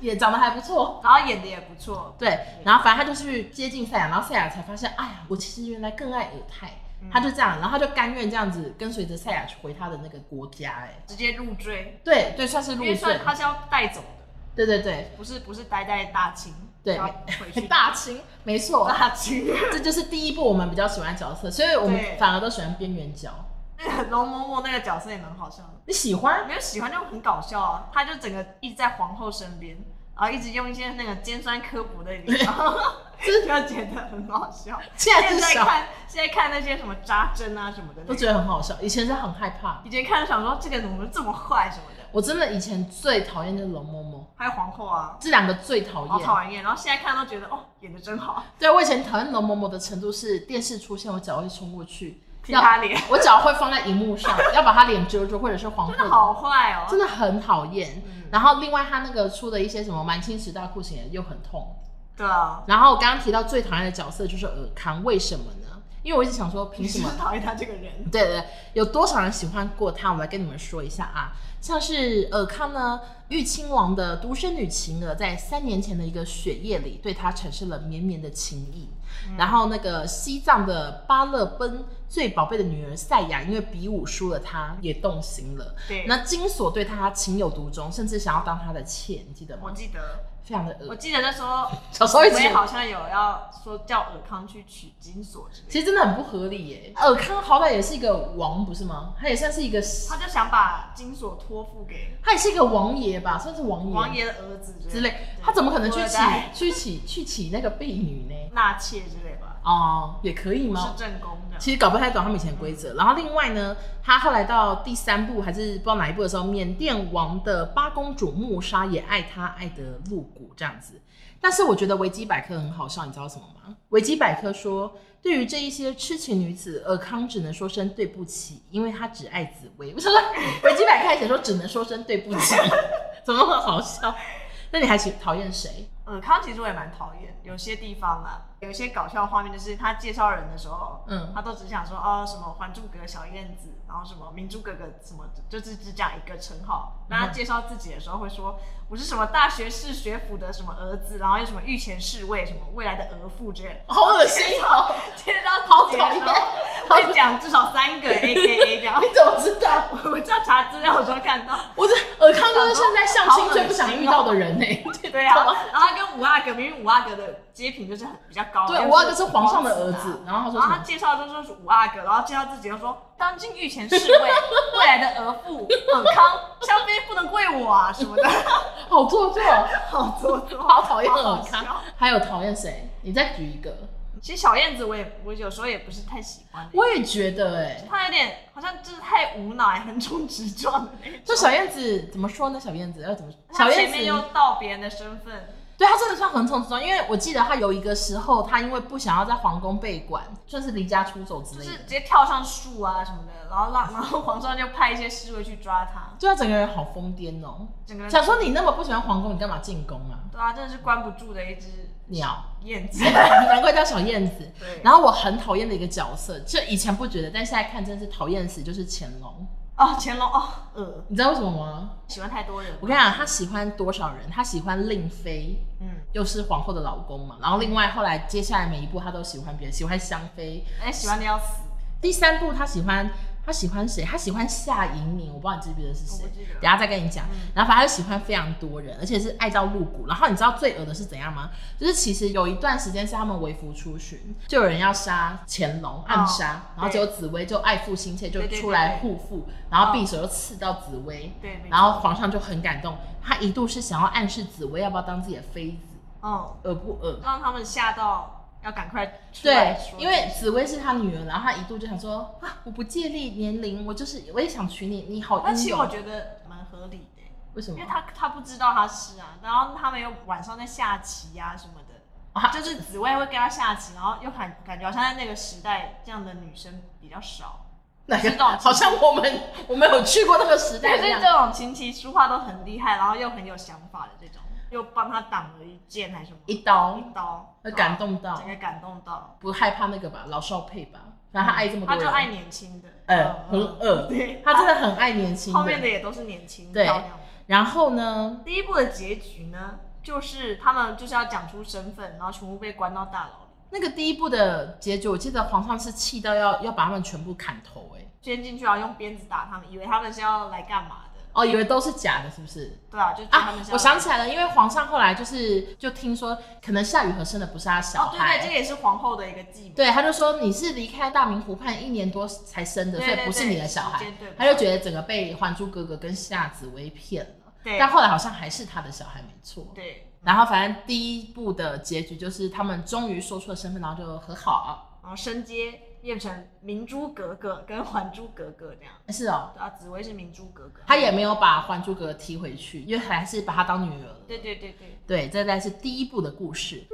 Speaker 3: 也长得还不错，
Speaker 1: 然后演的也不错。
Speaker 3: 对，然后反正他就去接近赛亚，然后赛亚才发现，哎呀，我其实原来更爱尔泰。
Speaker 1: 嗯
Speaker 3: 他就这样，然后他就甘愿这样子跟随着赛亚去回他的那个国家、哎，
Speaker 1: 直接入追，
Speaker 3: 对对，算是
Speaker 1: 因
Speaker 3: 入
Speaker 1: 为
Speaker 3: 赘
Speaker 1: 算，他是要带走的，
Speaker 3: 对对对
Speaker 1: 不是不是待在大清，
Speaker 3: 对
Speaker 1: 然后回 去
Speaker 3: 哎大清，没错，
Speaker 1: 大清，
Speaker 3: 这就是第一部我们比较喜欢的角色，所以我们
Speaker 1: 对
Speaker 3: 反而都喜欢边缘角。
Speaker 1: 那个龙嬷嬷那个角色也蛮好笑的，
Speaker 3: 你喜欢？
Speaker 1: 没有喜欢就很搞笑啊，他就整个一直在皇后身边，然后一直用一些那个尖酸刻薄的 语言，就觉得很好笑。
Speaker 3: 现在
Speaker 1: 现
Speaker 3: 是
Speaker 1: 在
Speaker 3: 小，
Speaker 1: 看现在看那些什么扎针啊什么的那个，
Speaker 3: 都觉得很好笑。以前是很害怕，
Speaker 1: 以前看想说这个怎么这么坏什么的，
Speaker 3: 我真的以前最讨厌就是龙嬷嬷，
Speaker 1: 还有皇后啊，
Speaker 3: 这两个最讨
Speaker 1: 好
Speaker 3: 厌。
Speaker 1: 讨人厌。然后现在看都觉得哦，演的真好，
Speaker 3: 对我以前讨厌龙嬷嬷的程度是，电视出现我脚会冲过去，
Speaker 1: 踢
Speaker 3: 要
Speaker 1: 他 脸，
Speaker 3: 我脚会放在荧 幕上，要把他脸遮住，或者是皇后
Speaker 1: 真的好嗯坏哦。
Speaker 3: 真的很讨厌。然后另外他那个出的一些什么满清十大酷刑也又很痛。
Speaker 1: 对啊，
Speaker 3: 然后我刚刚提到最讨厌的角色就是尔康，为什么呢？因为我一直想 说，凭
Speaker 1: 你
Speaker 3: 什
Speaker 1: 是不
Speaker 3: 么
Speaker 1: 是讨厌他这个人？
Speaker 3: 对对对，有多少人喜欢过他？我来跟你们说一下啊，像是尔康呢，裕亲王的独生女晴儿，在三年前的一个雪夜里，对他产生了绵绵的情谊。
Speaker 1: 嗯
Speaker 3: 然后那个西藏的巴勒奔最宝贝的女儿赛亚，因为比武输了他，也动心了。
Speaker 1: 对，
Speaker 3: 那金锁对他情有独钟，甚至想要当他的妾，你记得
Speaker 1: 我
Speaker 3: 吗？
Speaker 1: 记得，
Speaker 3: 非常的
Speaker 1: 我
Speaker 3: 恶。
Speaker 1: 记得那时候
Speaker 3: 小时
Speaker 1: 我
Speaker 3: 候一直
Speaker 1: 也好像有要说叫尔康去取金锁之类的，
Speaker 3: 其实真的很不合理耶。尔呃康好歹也是一个王，不是吗？他也算是一个，
Speaker 1: 他就想把金锁托付给
Speaker 3: 他也是一个王爷吧，算是王爷。
Speaker 1: 王爷的儿子
Speaker 3: 之
Speaker 1: 之
Speaker 3: 类
Speaker 1: 的，
Speaker 3: 他怎么可能
Speaker 1: 富
Speaker 3: 去
Speaker 1: 二
Speaker 3: 娶
Speaker 1: 代
Speaker 3: 去娶去娶那个婢女呢？
Speaker 1: 纳妾之类吧？
Speaker 3: 哦，也可以
Speaker 1: 不
Speaker 3: 吗
Speaker 1: 是？正宫的，
Speaker 3: 其实搞不太懂他们以前的规则。然后另外呢，他后来到第三部还是不知道哪一部的时候，缅甸王的八公主穆莎也爱他爱得入骨这样子。但是我觉得维基百科很好笑，你知道什么吗？维基百科说，对于这一些痴情女子，尔康只能说声对不起，因为他只爱紫薇。 我想说，维基百科还写说只能说声对不起， 怎么那么好笑？那你还喜讨厌谁？
Speaker 1: 尔嗯康其实我也蛮讨厌，有些地方啊，有一些搞笑画面，就是他介绍人的时候，
Speaker 3: 嗯
Speaker 1: 他都只想说哦什么《还珠格格》小燕子，然后什么明珠格格什么，就是只讲一个称
Speaker 3: 嗯
Speaker 1: 号。那他介绍自己的时候会说我是什么大学士学府的什么儿子，然后又什么御前侍卫，什么未来的额驸之类的。
Speaker 3: 好恶心哦！
Speaker 1: 介绍自己的时
Speaker 3: 好讨厌哦
Speaker 1: 候会讲至少三个 A K A 这样
Speaker 3: 你。怎么知道？
Speaker 1: 我知道查资料的时候看到，
Speaker 3: 我这尔康就是现在相亲最不想遇到的人呢、
Speaker 1: 对啊，然后他跟五阿哥，明明五阿哥的阶品就是很比较高，
Speaker 3: 对，
Speaker 1: 就
Speaker 3: 五阿哥是皇上的儿
Speaker 1: 皇
Speaker 3: 子
Speaker 1: 啊，
Speaker 3: 然后他说
Speaker 1: 然
Speaker 3: 什
Speaker 1: 后他
Speaker 3: 么？
Speaker 1: 介绍就说是五阿哥，然后介绍自己又说当今御前侍卫， 未来的额驸尔康，香妃不能跪我啊什么的，
Speaker 3: 好哦做作，
Speaker 1: 好做作，
Speaker 3: 好讨厌尔
Speaker 1: 好好
Speaker 3: 康
Speaker 1: 笑。。
Speaker 3: 还有讨厌谁？你再举一个。
Speaker 1: 其实小燕子我也我有时候也不是太喜欢，
Speaker 3: 我也觉得哎、欸，
Speaker 1: 她有点好像就是太无脑，横冲直撞的那
Speaker 3: 就
Speaker 1: 种。
Speaker 3: 小燕子怎么说呢？小燕子要怎么？小
Speaker 1: 她前
Speaker 3: 燕
Speaker 1: 面
Speaker 3: 子
Speaker 1: 又盗别人的身份，
Speaker 3: 对她真的算横冲直撞，因为我记得她有一个时候，她因为不想要在皇宫被管，算是离家出走之
Speaker 1: 就
Speaker 3: 类
Speaker 1: 是
Speaker 3: 的
Speaker 1: 直。接跳上树啊什么的，然后让然后皇上就派一些侍卫去抓他，
Speaker 3: 对她整个人好疯癫哦，
Speaker 1: 整个人
Speaker 3: 想说你那么不喜欢皇宫，你干嘛进宫啊？
Speaker 1: 对啊，真的是关不住的一只
Speaker 3: 鸟。
Speaker 1: 燕 子。
Speaker 3: 难怪叫小燕子。
Speaker 1: 对
Speaker 3: 然后我很讨厌的一个角色，就以前不觉得，但现在看真是讨厌死，就是乾隆。
Speaker 1: 哦，乾隆哦，呃，
Speaker 3: 你知道为什么吗？
Speaker 1: 喜欢太多人了。
Speaker 3: 我跟你讲，他喜欢多少人？他喜欢令妃，
Speaker 1: 嗯，
Speaker 3: 又是皇后的老公嘛。然后另外后来接下来每一部他都喜欢别人，喜欢香妃。
Speaker 1: 哎，喜欢的要死。
Speaker 3: 第三部他喜欢他他喜欢谁？他喜欢夏莹敏，我不知道你记不记得是谁
Speaker 1: 我不记得，
Speaker 3: 等一下再跟你讲。
Speaker 1: 嗯
Speaker 3: 然后反正他就喜欢非常多人，而且是爱到入骨。然后你知道最恶的是怎样吗？就是其实有一段时间是他们微服出巡，就有人要杀乾隆，暗杀，然后结果紫薇就爱父心切，就
Speaker 1: 哦对对
Speaker 3: 出
Speaker 1: 对
Speaker 3: 来
Speaker 1: 哦
Speaker 3: 护父，然后匕首就刺到紫薇，
Speaker 1: 对，没错
Speaker 3: 然后皇上就很感动，他一度是想要暗示紫薇要不要当自己的妃子，
Speaker 1: 嗯，
Speaker 3: 恶不恶？
Speaker 1: 让他们吓到要赶快出
Speaker 3: 对
Speaker 1: 来说，
Speaker 3: 因为紫薇是他女儿，然后他一度就想说啊，我不介意年龄，我就是我也想娶你，你好
Speaker 1: 但
Speaker 3: 英
Speaker 1: 其实我
Speaker 3: 勇。
Speaker 1: 觉得蛮合理的，欸
Speaker 3: 为什
Speaker 1: 因
Speaker 3: 么
Speaker 1: 为？他他不知道他是啊，然后他们又晚上在下棋呀、什么的，
Speaker 3: 啊
Speaker 1: 就是紫薇会跟他下棋，然后又感感觉好像在那个时代这样的女生比较少，
Speaker 3: 哪个
Speaker 1: 知道
Speaker 3: 好像我们我们有去过那个时代
Speaker 1: 对，
Speaker 3: 一
Speaker 1: 所以
Speaker 3: 样
Speaker 1: 这。种琴棋书画都很厉害，然后又很有想法的这种，又帮他挡了一剑还是什么
Speaker 3: 一刀
Speaker 1: 一刀，
Speaker 3: 会感动到
Speaker 1: 整，个感动到，
Speaker 3: 不害怕那个吧，老少配吧，然后他爱这么多
Speaker 1: 他
Speaker 3: 人，
Speaker 1: 就爱年轻的，
Speaker 3: 呃，很
Speaker 1: 嗯
Speaker 3: 恶，
Speaker 1: 对
Speaker 3: 他真的很爱年轻
Speaker 1: 后面的
Speaker 3: 人。
Speaker 1: 也都是年轻
Speaker 3: 对
Speaker 1: 漂亮的。
Speaker 3: 然后呢，
Speaker 1: 第一部的结局呢，就是他们就是要讲出身份，然后全部被关到大牢里。
Speaker 3: 那个第一部的结局，我记得皇上是气到要要把他们全部砍头、哎，
Speaker 1: 先进去然后用鞭子打他们，以为他们是要来干嘛的？
Speaker 3: 哦，以为都是假的，是不是？
Speaker 1: 对啊，就觉得他
Speaker 3: 啊
Speaker 1: 们，是要
Speaker 3: 我想起来了，因为皇上后来就是就听说，可能夏雨荷生的不是他小
Speaker 1: 哦，对
Speaker 3: 孩，
Speaker 1: 对，这个也是皇后的一个计谋。
Speaker 3: 对他就说你是离开大明湖畔一年多才生的，
Speaker 1: 对
Speaker 3: 所以
Speaker 1: 对
Speaker 3: 不是
Speaker 1: 对
Speaker 3: 你的小
Speaker 1: 时
Speaker 3: 孩
Speaker 1: 间对，不
Speaker 3: 他就觉得整个被《还珠格格》跟夏紫薇骗了，
Speaker 1: 对
Speaker 3: 但后来好像还是他的小孩没错。
Speaker 1: 对，
Speaker 3: 然后反正第一部的结局就是他们终于说出了身份，然后就和好。
Speaker 1: 然后升阶变成明珠格格跟还珠格格这样。
Speaker 3: 是哦，
Speaker 1: 对啊，紫薇是明珠格格。
Speaker 3: 他也没有把《还珠格格》踢回去，因为还是把她当女儿了。
Speaker 1: 对对对对，
Speaker 3: 对，这才是第一部的故事。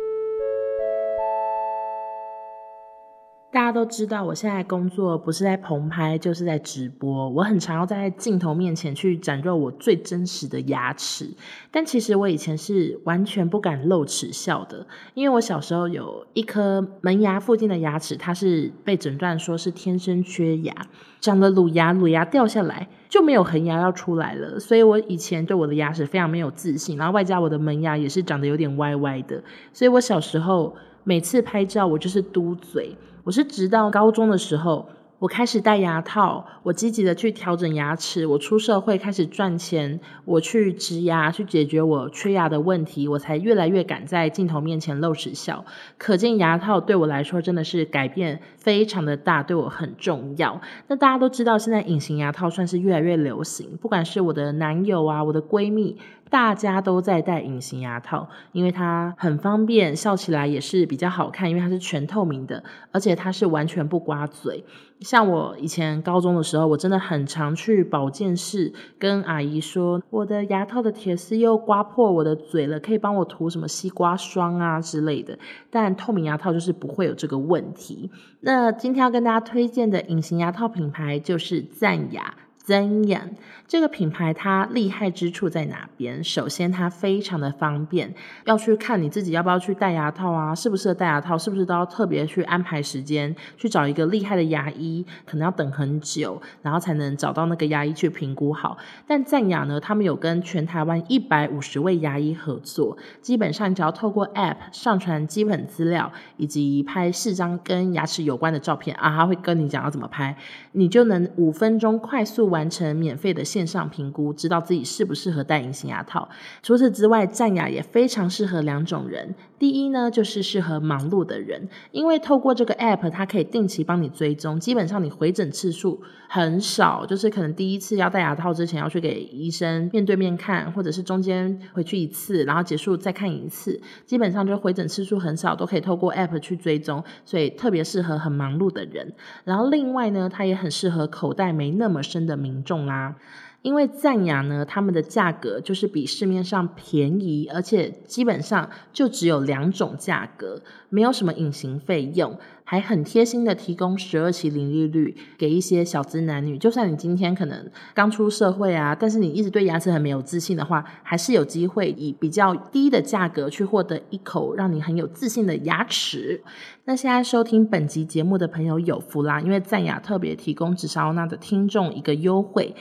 Speaker 3: 大家都知道，我现在工作不是在棚拍，就是在直播。我很常要在镜头面前去展露我最真实的牙齿，但其实我以前是完全不敢露齿笑的，因为我小时候有一颗门牙附近的牙齿，它是被诊断说是天生缺牙，长了乳牙，乳牙掉下来就没有恒牙要出来了，所以我以前对我的牙齿非常没有自信，然后外加我的门牙也是长得有点歪歪的，所以我小时候每次拍照我就是嘟嘴，我是直到高中的时候。我开始戴牙套，我积极的去调整牙齿，我出社会开始赚钱，我去植牙，去解决我缺牙的问题，我才越来越敢在镜头面前露齿笑。可见牙套对我来说真的是改变非常的大，对我很重要。那大家都知道，现在隐形牙套算是越来越流行，不管是我的男友啊，我的闺蜜，大家都在戴隐形牙套，因为它很方便，笑起来也是比较好看，因为它是全透明的，而且它是完全不刮嘴。像我以前高中的时候，我真的很常去保健室跟阿姨说，我的牙套的铁丝又刮破我的嘴了，可以帮我涂什么西瓜霜啊之类的。但透明牙套就是不会有这个问题。那今天要跟大家推荐的隐形牙套品牌就是赞雅。增眼这个品牌它厉害之处在哪边？首先，它非常的方便，要去看你自己要不要去戴牙套啊，适不适合戴牙套，是不是都要特别去安排时间，去找一个厉害的牙医，可能要等很久，然后才能找到那个牙医去评估好。但赞雅呢，他们有跟全台湾一百五十位牙医合作，基本上你只要透过 App 上传基本资料，以及拍四张跟牙齿有关的照片啊，他会跟你讲要怎么拍，你就能五分钟快速完成免费的线上评估，知道自己适不适合戴隐形牙套。除此之外，赞雅也非常适合两种人。第一呢，就是适合忙碌的人，因为透过这个 app，它可以定期帮你追踪，基本上你回诊次数很少，就是可能第一次要戴牙套之前要去给医生面对面看，或者是中间回去一次，然后结束再看一次，基本上就回诊次数很少，都可以透过 app 去追踪，所以特别适合很忙碌的人。然后另外呢，它也很适合口袋没那么深的民众啦。因为赞雅呢，他们的价格就是比市面上便宜，而且基本上就只有两种价格，没有什么隐形费用，还很贴心的提供十二期零利率给一些小资男女。就算你今天可能刚出社会啊，但是你一直对牙齿很没有自信的话，还是有机会以比较低的价格去获得一口让你很有自信的牙齿。那现在收听本集节目的朋友有福啦，因为赞雅特别提供紫砂欧娜的听众一个优惠。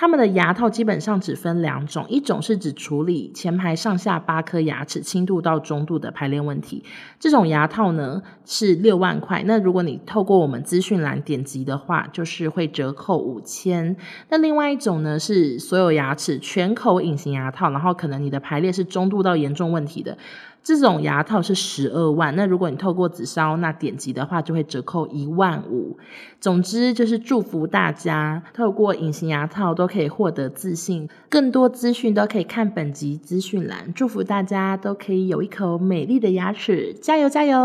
Speaker 4: 他们的牙套基本上只分两种，一种是只处理前排上下八颗牙齿轻度到中度的排列问题，这种牙套呢是六万块。那如果你透过我们资讯栏点击的话，就是会折扣五千。那另外一种呢是所有牙齿全口隐形牙套，然后可能你的排列是中度到严重问题的，这种牙套是十二万，那如果你透过紫烧那点击的话，就会折扣一万五。总之就是祝福大家，透过隐形牙套都可以获得自信。更多资讯都可以看本集资讯栏，祝福大家都可以有一口美丽的牙齿，加油加油！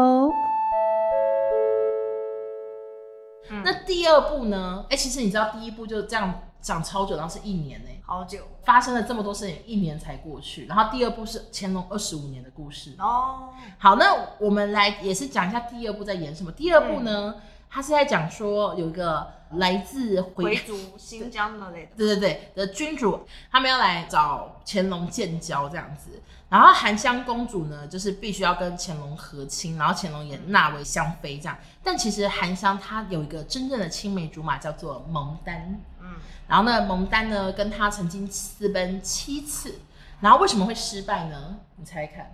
Speaker 1: 嗯
Speaker 3: 那第二步呢？哎、其实你知道第一步就这样讲超久，然后是一年呢、欸
Speaker 1: 好久
Speaker 3: 发生了这么多事情，一年才过去。然后第二步是乾隆二十五年的故事。
Speaker 1: 哦，
Speaker 3: 好，那我们来也是讲一下第二部在演什么。第二部呢，
Speaker 4: 嗯
Speaker 3: 它是在讲说有一个来自回
Speaker 1: 回族新疆那类的，
Speaker 3: 对对对的君主，他们要来找乾隆建交这样子。然后含香公主呢，就是必须要跟乾隆和亲，然后乾隆也纳为香妃这样。但其实含香她有一个真正的青梅竹马，叫做蒙丹。
Speaker 1: 嗯，
Speaker 3: 然后呢，蒙丹呢跟他曾经私奔七次，然后为什么会失败呢？你猜看，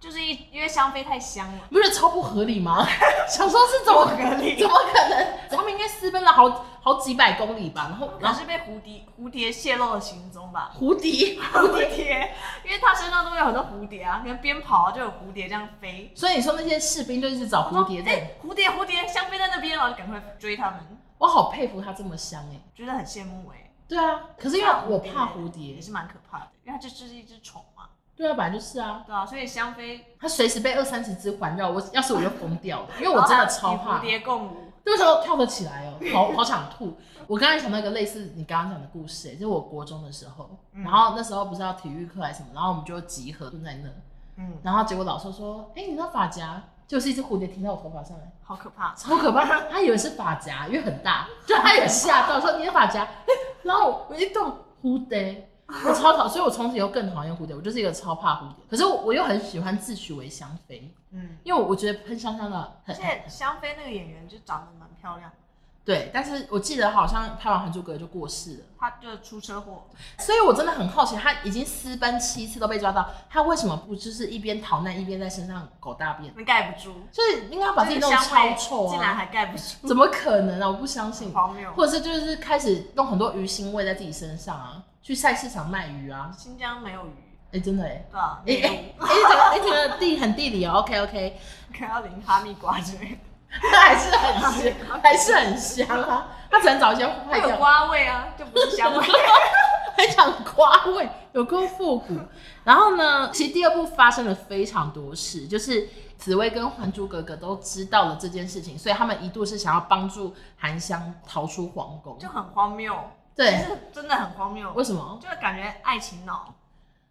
Speaker 1: 就是一因为香妃太香了，
Speaker 3: 不是超不合理吗？想说是怎么合理？怎么可能？他们应该私奔了好好几百公里吧？然后
Speaker 1: 可
Speaker 3: 然
Speaker 1: 能
Speaker 3: 后
Speaker 1: 是被蝴蝶蝴蝶泄露了行踪 吧。
Speaker 3: 蝴蝶，
Speaker 1: 蝴蝶， 因为他身上都会有很多蝴蝶啊，可能边跑就有蝴蝶这样飞。
Speaker 3: 所以你说那些士兵就一直找蝴蝶
Speaker 1: 哎
Speaker 3: 在，
Speaker 1: 蝴蝶蝴蝶，香妃在那边，然后就赶快追他们，
Speaker 3: 我好佩服他这么香哎、
Speaker 1: 觉得很羡慕哎、
Speaker 3: 对啊，可是因为我怕蝴蝶
Speaker 1: 也，是蛮可怕的，因为它这就是一只虫嘛，
Speaker 3: 对啊，本来就是啊，
Speaker 1: 对啊，所以香妃
Speaker 3: 他随时被二三十只环绕，我要是我就疯掉 了，因为我真的超
Speaker 1: 然后还
Speaker 3: 怕
Speaker 1: 哦与蝴。蝶共舞，
Speaker 3: 那时候跳得起来哦，好好想吐。我刚才想到一个类似你刚刚讲的故事、欸，就是我国中的时候，
Speaker 1: 嗯
Speaker 3: 然后那时候不是要体育课还是什么，然后我们就集合蹲在那，
Speaker 1: 嗯，
Speaker 3: 然后结果老师说：“哎、你那发夹就是一只蝴蝶停到我头发上来，
Speaker 1: 好可怕，
Speaker 3: 超可怕。”他以为是发夹，因为很大，就他也吓到说：“你的发夹。哎然后我一动蝴蝶，我超讨，所以我从此以后更讨厌蝴蝶，我就是一个超怕蝴蝶。可是我我又很喜欢自诩为香妃，
Speaker 1: 嗯，
Speaker 3: 因为我觉得喷香香的
Speaker 1: 而
Speaker 3: 很
Speaker 1: 且香妃那个演员就长得蛮漂亮的，
Speaker 3: 对。但是我记得好像拍完《还珠格格》就过世了。
Speaker 1: 她就出车祸，
Speaker 3: 所以我真的很好奇，他已经私奔七次都被抓到，他为什么不就是一边逃难一边在身上狗大便？
Speaker 1: 那盖不住，
Speaker 3: 就是应该要把自己
Speaker 1: 这
Speaker 3: 弄
Speaker 1: 个
Speaker 3: 得
Speaker 1: 香
Speaker 3: 超
Speaker 1: 味
Speaker 3: 臭
Speaker 1: 竟然
Speaker 3: 啊！
Speaker 1: 还盖不住，
Speaker 3: 怎么可能啊？我不相信。
Speaker 1: 荒谬。
Speaker 3: 或者是就是开始弄很多鱼腥味在自己身上啊，去菜市场卖鱼啊，
Speaker 1: 新疆没有鱼，
Speaker 3: 哎、真的 哎、
Speaker 1: 对啊，
Speaker 3: 欸，哎、
Speaker 1: 没
Speaker 3: 哎哎，这个哎这个地很地理哦，OK OK，
Speaker 1: 可能要淋哈密瓜之类的，
Speaker 3: 那还是很香， 还是很香啊，他只能找一些
Speaker 1: 它
Speaker 3: 坏
Speaker 1: 有
Speaker 3: 掉。
Speaker 1: 瓜味啊，就不是香 味。
Speaker 3: 很想夸味，有够复古。然后呢，其实第二部发生了非常多事，就是紫薇跟《还珠格格》都知道了这件事情，所以他们一度是想要帮助韩香逃出皇宫
Speaker 1: 就。很荒谬，就
Speaker 3: 对，
Speaker 1: 是真的很荒谬，
Speaker 3: 为什么？
Speaker 1: 就是感觉爱情脑，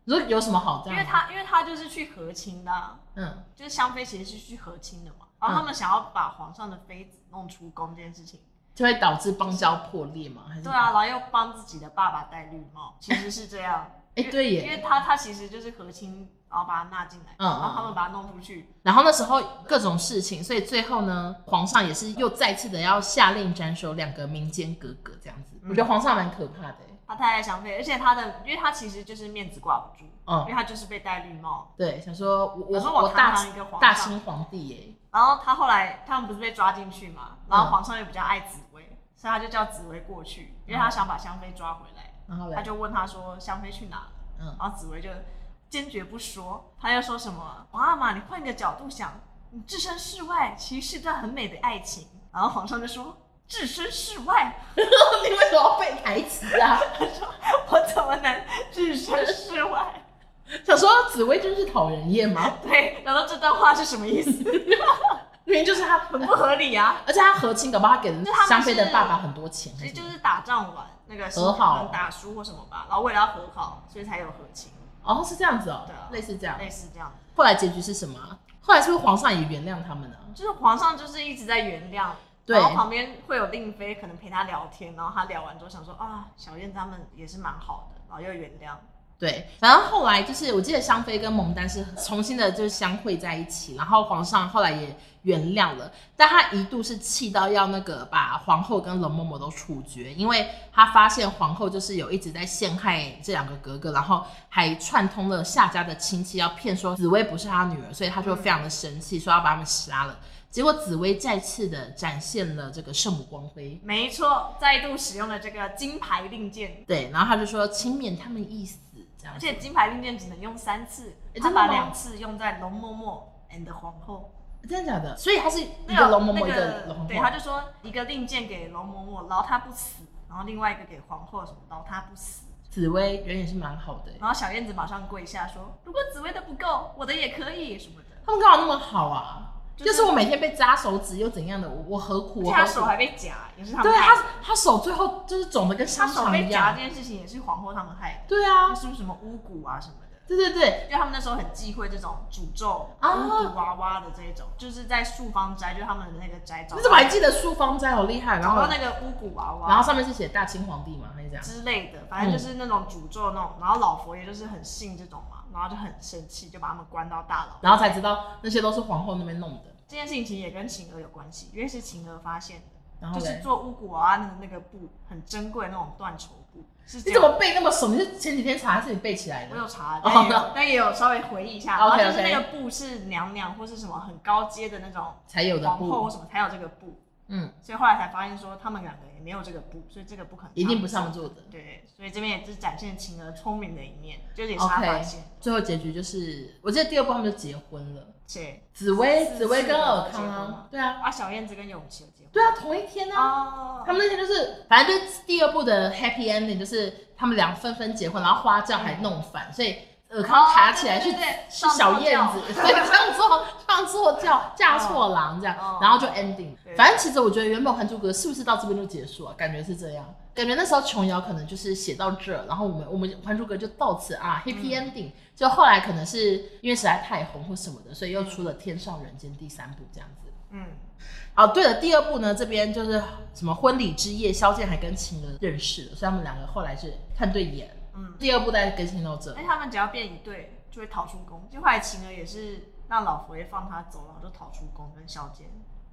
Speaker 3: 你说有什么好这
Speaker 1: 因
Speaker 3: 样？
Speaker 1: 为他因为他就是去和亲的啊、
Speaker 3: 嗯，
Speaker 1: 就是香妃其实是去和亲的嘛，然后他们想要把皇上的妃子弄出宫这件事情，
Speaker 3: 就会导致邦交破裂嘛？还是
Speaker 1: 对？啊，然后又帮自己的爸爸戴绿帽，其实是这样，
Speaker 3: 哎、对
Speaker 1: 因
Speaker 3: 耶。
Speaker 1: 为他他其实就是和亲，然后把他纳进来，
Speaker 3: 嗯嗯
Speaker 1: 然后他们把他弄出去，
Speaker 3: 然后那时候各种事情，所以最后呢，皇上也是又再次的要下令斩首两个民间格格这样子。
Speaker 1: 嗯
Speaker 3: 我觉得皇上蛮可怕的耶。
Speaker 1: 他太爱香妃，而且他的因为他其实就是面子挂不住，
Speaker 3: 嗯
Speaker 1: 因为他就是被戴绿帽，
Speaker 3: 对，想说我
Speaker 1: 我
Speaker 3: 我
Speaker 1: 说我堂
Speaker 3: 大
Speaker 1: 堂一个皇上
Speaker 3: 大清皇帝耶、
Speaker 1: 然后他后来他们不是被抓进去嘛，然后
Speaker 3: 嗯
Speaker 1: 皇上又比较爱紫薇，所以他就叫紫薇过去，
Speaker 3: 嗯
Speaker 1: 因为他想把香妃抓回来。
Speaker 3: 然后
Speaker 1: 他
Speaker 3: 嘞，
Speaker 1: 就问他说香妃去哪了，
Speaker 3: 嗯，
Speaker 1: 然后紫薇就坚决不说，他又说什么皇阿玛，你换个角度想，你置身事外其实是段很美的爱情。然后皇上就说置身事外，
Speaker 3: 你为什么要背台词啊？
Speaker 1: 我怎么能置身事外？
Speaker 3: 想说紫薇真是讨人厌 吗？
Speaker 1: 对，然后这段话是什么意思？
Speaker 3: 明明就是他很
Speaker 1: 很
Speaker 3: 不
Speaker 1: 不合理啊！
Speaker 3: 而且他和亲，搞不好他给人
Speaker 1: 就他们
Speaker 3: 香妃的
Speaker 1: 是
Speaker 3: 爸爸很多钱，
Speaker 1: 其
Speaker 3: 还
Speaker 1: 实
Speaker 3: 是什
Speaker 1: 就
Speaker 3: 么
Speaker 1: 是打仗完那个
Speaker 3: 和好
Speaker 1: 打输或什么吧，然后为了要和好，所以才有和亲，
Speaker 3: 哦，是这样子哦
Speaker 1: 对啊，
Speaker 3: 类似这样。
Speaker 1: 类似这样。
Speaker 3: 后来结局是什么啊？后来是不是皇上也原谅他们了？啊
Speaker 1: 就是皇上就是一直在原谅，
Speaker 3: 对
Speaker 1: 然后旁边会有令妃可能陪他聊天，然后他聊完之后想说啊，小燕他们也是蛮好的，然后又原谅，
Speaker 3: 对，然后后来就是，我记得香妃跟蒙丹是重新的，就是相会在一起，然后皇上后来也原谅了，但他一度是气到要那个把皇后跟容嬷嬷都处决，因为他发现皇后就是有一直在陷害这两个格格，然后还串通了夏家的亲戚要骗说紫薇不是他女儿，所以他就非常的生气，说要把他们杀了。结果紫薇再次的展现了这个圣母光辉，
Speaker 1: 没错，再度使用了这个金牌令箭，
Speaker 3: 对，然后他就说轻免他们一死，这样
Speaker 1: 而
Speaker 3: 子。
Speaker 1: 且金牌令箭只能用三次，
Speaker 3: 诶
Speaker 1: 他
Speaker 3: 真的吗
Speaker 1: 把两次用在容嬷嬷 and 皇后。
Speaker 3: 真的假的？所以他是一
Speaker 1: 那
Speaker 3: 个
Speaker 1: 个
Speaker 3: 龙嬷
Speaker 1: 那
Speaker 3: 嬷，一个
Speaker 1: 个
Speaker 3: 龙嬷嬷。
Speaker 1: 对，他就说一个令箭给容嬷嬷，然后她不死，然后另外一个给皇后什么，然后她不死。
Speaker 3: 紫薇人也是蛮好的欸、
Speaker 1: 然后小燕子马上跪下说：“如果紫薇的不够，我的也可以什么的。
Speaker 3: 他们干嘛那么好啊？
Speaker 1: 就
Speaker 3: 就是是我每天被扎手指又怎样的，我我何”苦？我
Speaker 1: 而且她
Speaker 3: 何
Speaker 1: 手
Speaker 3: 苦？
Speaker 1: 还被夹，也是他们
Speaker 3: 对
Speaker 1: 害的
Speaker 3: 他，他手最后就是肿的跟
Speaker 1: 她
Speaker 3: 香
Speaker 1: 手
Speaker 3: 肠
Speaker 1: 被
Speaker 3: 一
Speaker 1: 夹
Speaker 3: 样
Speaker 1: 这。件事情也是皇后他们害的，
Speaker 3: 对啊
Speaker 1: 就，是什么巫蛊啊什么的。
Speaker 3: 对对对，
Speaker 1: 因为他们那时候很忌讳这种诅咒、
Speaker 3: 啊
Speaker 1: 巫毒娃娃的这一种，就是在树方斋，就是他们的那个斋找到，
Speaker 3: 你怎么还记得书方斋好厉害？然
Speaker 1: 找
Speaker 3: 后
Speaker 1: 到哦那个巫蛊娃娃，
Speaker 3: 然后上面是写大清皇帝嘛，还是这样？
Speaker 1: 之类的，反正就是那种诅咒那种。然后老佛爷就是很信这种嘛，然后就很生气，就把他们关到大牢。
Speaker 3: 然后才知道那些都是皇后那边弄的。
Speaker 1: 这件事情其实也跟晴儿有关系，因为是晴儿发现的，
Speaker 3: 然后
Speaker 1: 就是
Speaker 3: 嘞，
Speaker 1: 做巫蛊娃娃那个那个布很珍贵的那种缎绸布，是这
Speaker 3: 你怎
Speaker 1: 样。
Speaker 3: 么背那么熟？你是前几天查还是你背起来
Speaker 1: 我
Speaker 3: 的？
Speaker 1: 有查，
Speaker 3: 哦
Speaker 1: 但也有但也有稍微回忆一下，然后
Speaker 3: OK，OK
Speaker 1: 就是那个布是娘娘或是什么很高阶的那种
Speaker 3: 才有的
Speaker 1: 皇后或
Speaker 3: 布，
Speaker 1: 什么才有这个布，
Speaker 3: 嗯，
Speaker 1: 所以后来才发现说他们两个也没有这个布，所以这个布可能
Speaker 3: 一定不是他们做的。
Speaker 1: 对，所以这边也是展现晴儿聪明的一面，就是也是她发现
Speaker 3: 最后结局就是，我记得第二部他们就结婚了。
Speaker 1: 谁
Speaker 3: 紫薇，
Speaker 1: 是
Speaker 3: 紫薇跟尔康
Speaker 1: 是是
Speaker 3: 啊，对啊，
Speaker 1: 啊，小燕子跟永琪有结婚
Speaker 3: 对啊，同一天啊。
Speaker 1: 哦
Speaker 3: 他们那天就是，反正就是第二部的 happy ending，就是他们俩纷纷结婚，然后花轿还弄反，所以尔康爬起来去
Speaker 1: 哦哦对对对
Speaker 3: 是小燕
Speaker 1: 上
Speaker 3: 子
Speaker 1: 错，
Speaker 3: 所以上错上错轿，嫁错郎这样
Speaker 1: 哦，
Speaker 3: 然后就 ending
Speaker 1: 对。
Speaker 3: 反正其实我觉得原本《还珠格格》是不是到这边就结束啊？感觉是这样，感觉那时候琼瑶可能就是写到这儿，然后我们我们《还珠格格》就到此啊，happy
Speaker 1: 嗯
Speaker 3: ending。就后来可能是因为实在太红或什么的，所以又出了《天上人间》第三部这样子。
Speaker 1: 嗯，
Speaker 3: 哦，对了，第二部呢，这边就是什么婚礼之夜，萧剑还跟晴儿认识了，所以他们两个后来是看对眼。
Speaker 1: 嗯，哎
Speaker 3: 第二部再更新到这
Speaker 1: 而，且他们只要变一对就会逃出宫，就后来晴儿也是让老佛爷放她走，然后就逃出宫跟小姐，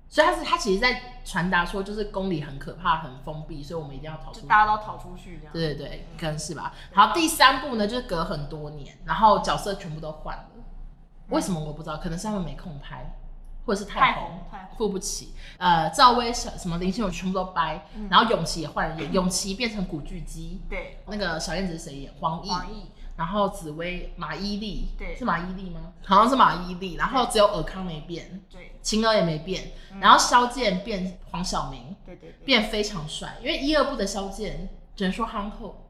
Speaker 3: 所以他是他其实在传达说，就是宫里很可怕、很封闭，所以我们一定要逃
Speaker 1: 就
Speaker 3: 出。
Speaker 1: 大家都逃出去这样。
Speaker 3: 对对对，可能是吧。好，第三部呢，就是隔很多年，然后角色全部都换了，为什么我不知道？可能是他们没空拍，或者是太
Speaker 1: 太
Speaker 3: 红
Speaker 1: 红太红
Speaker 3: 付不起。呃，赵薇、小什么林心如全部都掰，
Speaker 1: 嗯
Speaker 3: 然后永琪也换人演，永琪变成古巨基。
Speaker 1: 对，
Speaker 3: 那个小燕子是谁演？黄奕，
Speaker 1: 黄奕
Speaker 3: 然后紫薇、马伊琍，
Speaker 1: 对
Speaker 3: 是马伊琍吗？好像是马伊琍，然后只有尔康没变，
Speaker 1: 对
Speaker 3: 晴儿也没变，
Speaker 1: 嗯
Speaker 3: 然后萧剑变黄晓明，
Speaker 1: 对对对，
Speaker 3: 变非常帅，因为一二部的萧剑只能说憨厚，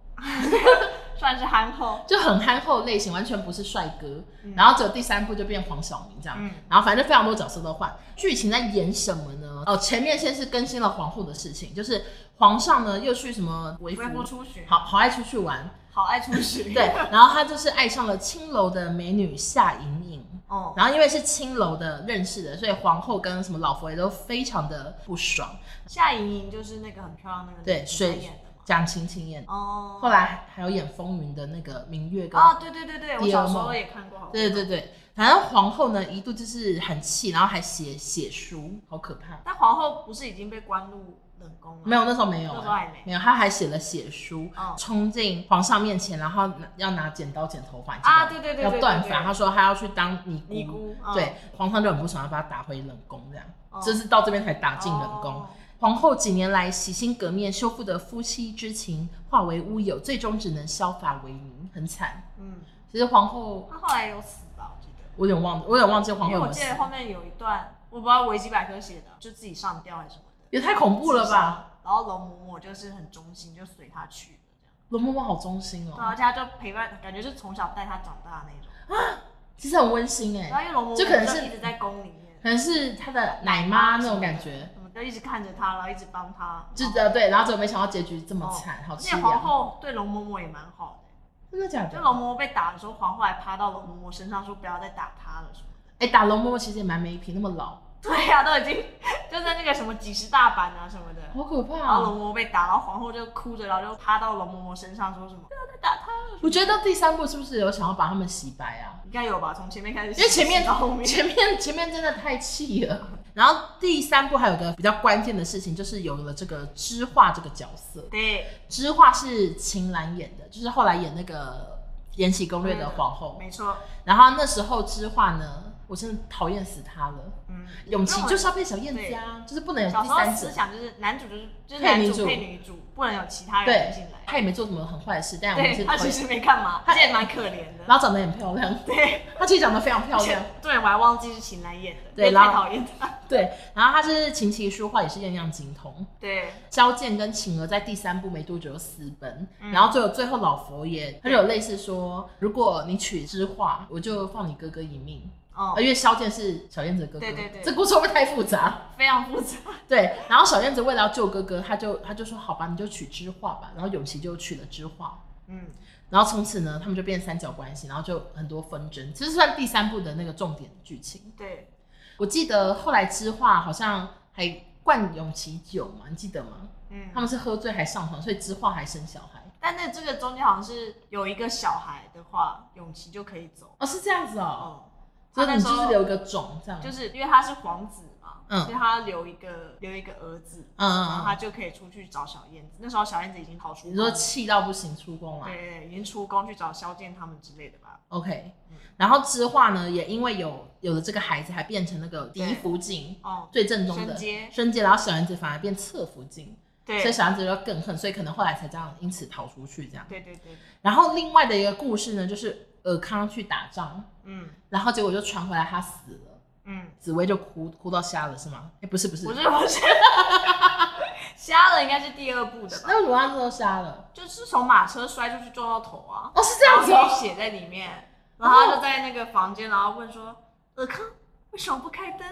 Speaker 1: 算是憨厚，
Speaker 3: 就很憨厚类型，完全不是帅哥。
Speaker 1: 嗯
Speaker 3: 然后只有第三部就变黄晓明这样，
Speaker 1: 嗯
Speaker 3: 然后反正非常多角色都换。剧情在演什么呢？哦，前面先是更新了皇后的事情，就是皇上呢又去什么微
Speaker 1: 微
Speaker 3: 服
Speaker 1: 服，出巡，
Speaker 3: 嗯好好爱出去玩，
Speaker 1: 好爱出巡。
Speaker 3: 对，，然后他就是爱上了青楼的美女夏莹莹。
Speaker 1: 哦，
Speaker 3: 然后因为是青楼的认识的，所以皇后跟什么老佛爷都非常的不爽。
Speaker 1: 夏莹莹就是那个很漂亮那个女
Speaker 3: 对，
Speaker 1: 生
Speaker 3: 水
Speaker 1: 演的嘛。
Speaker 3: 蒋勤勤演，
Speaker 1: 哦，
Speaker 3: 后来还有演风云的那个明月跟，
Speaker 1: 哦，对对对对，我
Speaker 3: 第二
Speaker 1: 小时候
Speaker 3: 梦
Speaker 1: 也看过，好
Speaker 3: 对
Speaker 1: 看
Speaker 3: 对对，反正皇后呢一度就是很气，然后还写写书，好可怕。
Speaker 1: 但皇后不是已经被关入冷宫了？
Speaker 3: 没有，那时候没有、
Speaker 1: 那时候还没
Speaker 3: 没有，他还写了写书，
Speaker 1: 哦
Speaker 3: 冲进皇上面前，然后拿要拿剪刀剪头发你记得
Speaker 1: 啊
Speaker 3: 吗
Speaker 1: 对对对
Speaker 3: 要
Speaker 1: 对
Speaker 3: 断
Speaker 1: 对
Speaker 3: 发，
Speaker 1: 对
Speaker 3: 他说他要去当尼姑，
Speaker 1: 尼姑，嗯
Speaker 3: 对，，皇上就很不爽，要把他打回冷宫，这样，
Speaker 1: 哦
Speaker 3: 就是到这边才打进冷宫。
Speaker 1: 哦
Speaker 3: 皇后几年来洗心革面，修复的夫妻之情化为乌有，最终只能削发为尼，很惨。
Speaker 1: 嗯，
Speaker 3: 其实皇后，
Speaker 1: 她后来有死吧？我记得，
Speaker 3: 我有点忘，我有点忘记皇后
Speaker 1: 因
Speaker 3: 有
Speaker 1: 为
Speaker 3: 没
Speaker 1: 我
Speaker 3: 有
Speaker 1: 记
Speaker 3: 死
Speaker 1: 得，后面有一段，我不知道维基百科写的，就自己上吊还是什么的，
Speaker 3: 也太恐怖了吧？
Speaker 1: 然后龙嬷嬷就是很忠心，就随她去了这样。
Speaker 3: 容嬷嬷好忠心
Speaker 1: 对啊，
Speaker 3: 哦
Speaker 1: 而，且她就陪伴，感觉是从小带她长大的那种。
Speaker 3: 其实很温馨
Speaker 1: 然后
Speaker 3: 哎，
Speaker 1: 因为龙嬷
Speaker 3: 就可能
Speaker 1: 嬷
Speaker 3: 是
Speaker 1: 就一直在宫里面，
Speaker 3: 可能是她的奶妈那种感觉，
Speaker 1: 我们嗯就一直看着她，然后一直帮她。
Speaker 3: 就
Speaker 1: 然
Speaker 3: 呃对，然后结果没想到结局这么
Speaker 1: 后
Speaker 3: 惨，好
Speaker 1: 哦嗯而
Speaker 3: 凄
Speaker 1: 且皇
Speaker 3: 凉。
Speaker 1: 后对龙嬷嬷也蛮好的，
Speaker 3: 真的假
Speaker 1: 就
Speaker 3: 的？
Speaker 1: 龙嬷嬷被打的时候，皇后还趴到龙嬷嬷身上说不要再打她了什 么的。
Speaker 3: 哎，打容嬷嬷其实也蛮没品，那么老，
Speaker 1: 对呀、都已经 就在那个什么几十大板啊什么的，
Speaker 3: 好可怕
Speaker 1: 然后
Speaker 3: 哦。
Speaker 1: 龙嬷嬷被打，然后皇后就哭着，然后就趴到龙嬷嬷身上说什么不要再打她了
Speaker 3: 我觉得第三部是不是有想要把他们洗白 啊？
Speaker 1: 应该有吧？从前面开始，
Speaker 3: 因为前面
Speaker 1: 到后面，
Speaker 3: 前面前面真的太气了。然后第三部还有一个比较关键的事情，就是有了这个知画这个角色。
Speaker 1: 对，
Speaker 3: 知画是秦岚演的，就是后来演那个《延禧攻略》的皇后。
Speaker 1: 没错，
Speaker 3: 然后那时候知画呢，我真的讨厌死她了。
Speaker 1: 嗯，
Speaker 3: 永琪
Speaker 1: 那我
Speaker 3: 就是要变小燕子啊，就是不能有
Speaker 1: 小
Speaker 3: 第
Speaker 1: 时候
Speaker 3: 三者
Speaker 1: 思。想就是男主就是就是
Speaker 3: 配
Speaker 1: 男
Speaker 3: 女
Speaker 1: 主
Speaker 3: 主
Speaker 1: 配女主，不能有其他
Speaker 3: 对
Speaker 1: 人进来，。
Speaker 3: 她也没做什么很坏的事，但我们是
Speaker 1: 对他
Speaker 3: 讨
Speaker 1: 其
Speaker 3: 厌
Speaker 1: 实没干嘛，
Speaker 3: 他
Speaker 1: 他也蛮可怜的。
Speaker 3: 然后长得很漂亮，
Speaker 1: 对，
Speaker 3: 她其实长得非常漂
Speaker 1: 而且
Speaker 3: 亮。
Speaker 1: 对我还忘记是秦岚演的，
Speaker 3: 对
Speaker 1: 因为
Speaker 3: 然
Speaker 1: 太
Speaker 3: 后
Speaker 1: 讨厌他。
Speaker 3: 对，然后她是琴棋书画也是样样精通。
Speaker 1: 对，
Speaker 3: 萧剑跟晴儿在第三部没多久就私奔，
Speaker 1: 嗯
Speaker 3: 然后最后最后老佛爷他就有类似说，如果你娶知画，我就放你哥哥一命，
Speaker 1: 哦
Speaker 3: 啊，因为萧剑是小燕子的哥哥。
Speaker 1: 对对对
Speaker 3: 这故事会不会太复杂？
Speaker 1: 非常复杂。
Speaker 3: 对，然后小燕子为了要救哥哥，他就他就说好吧，你就娶知画吧，然后永琪就娶了知画。
Speaker 1: 嗯，
Speaker 3: 然后从此呢，他们就变三角关系，然后就很多纷争，其实算第三部的那个重点剧情。
Speaker 1: 对，
Speaker 3: 我记得后来知画好像还灌永琪酒嘛，你记得吗？
Speaker 1: 嗯
Speaker 3: 他。们是喝醉还上床，所以知画还生小孩。
Speaker 1: 但那这个中间好像是有一个小孩的话，永琪就可以走。
Speaker 3: 哦，是这样子哦，
Speaker 1: 哦，
Speaker 3: 所
Speaker 1: 他那
Speaker 3: 以你
Speaker 1: 时
Speaker 3: 就
Speaker 1: 候
Speaker 3: 是留一个种这样，
Speaker 1: 就是是因为他是皇子嘛，
Speaker 3: 嗯
Speaker 1: 所以他留一个留一个儿子，
Speaker 3: 嗯
Speaker 1: 然后
Speaker 3: 嗯
Speaker 1: 他
Speaker 3: 嗯，
Speaker 1: 就可以出去找小燕子。那时候小燕子已经逃出宫
Speaker 3: 你
Speaker 1: 了，
Speaker 3: 说气到不行出宫啊
Speaker 1: 对对对，已经出宫去找萧剑他们之类的吧？
Speaker 3: ，OK
Speaker 1: 嗯。
Speaker 3: 然后知画呢，也因为有有了这个孩子，还变成那个嫡福晋
Speaker 1: 哦，
Speaker 3: 最正宗的
Speaker 1: 升阶
Speaker 3: 升阶，然后小燕子反而变侧福晋，
Speaker 1: 对，
Speaker 3: 所以小燕子就更恨，所以可能后来才这样，因此逃出去这样。
Speaker 1: 对对对，
Speaker 3: 然后另外的一个故事呢，就是尔康去打仗，
Speaker 1: 嗯
Speaker 3: 然后结果就传回来他死了，
Speaker 1: 嗯，
Speaker 3: 紫薇就哭哭到瞎了是吗？哎，不是不是
Speaker 1: 不，是不是，瞎了应该是第二部的吧？
Speaker 3: 那为什么他那时候瞎了？
Speaker 1: 就是从马车摔出去撞到头啊，
Speaker 3: 哦，是这样子
Speaker 1: 然后
Speaker 3: 哦。
Speaker 1: 有血在里面，然后他就在那个房间，然后问说：“尔康，为什么不开灯？”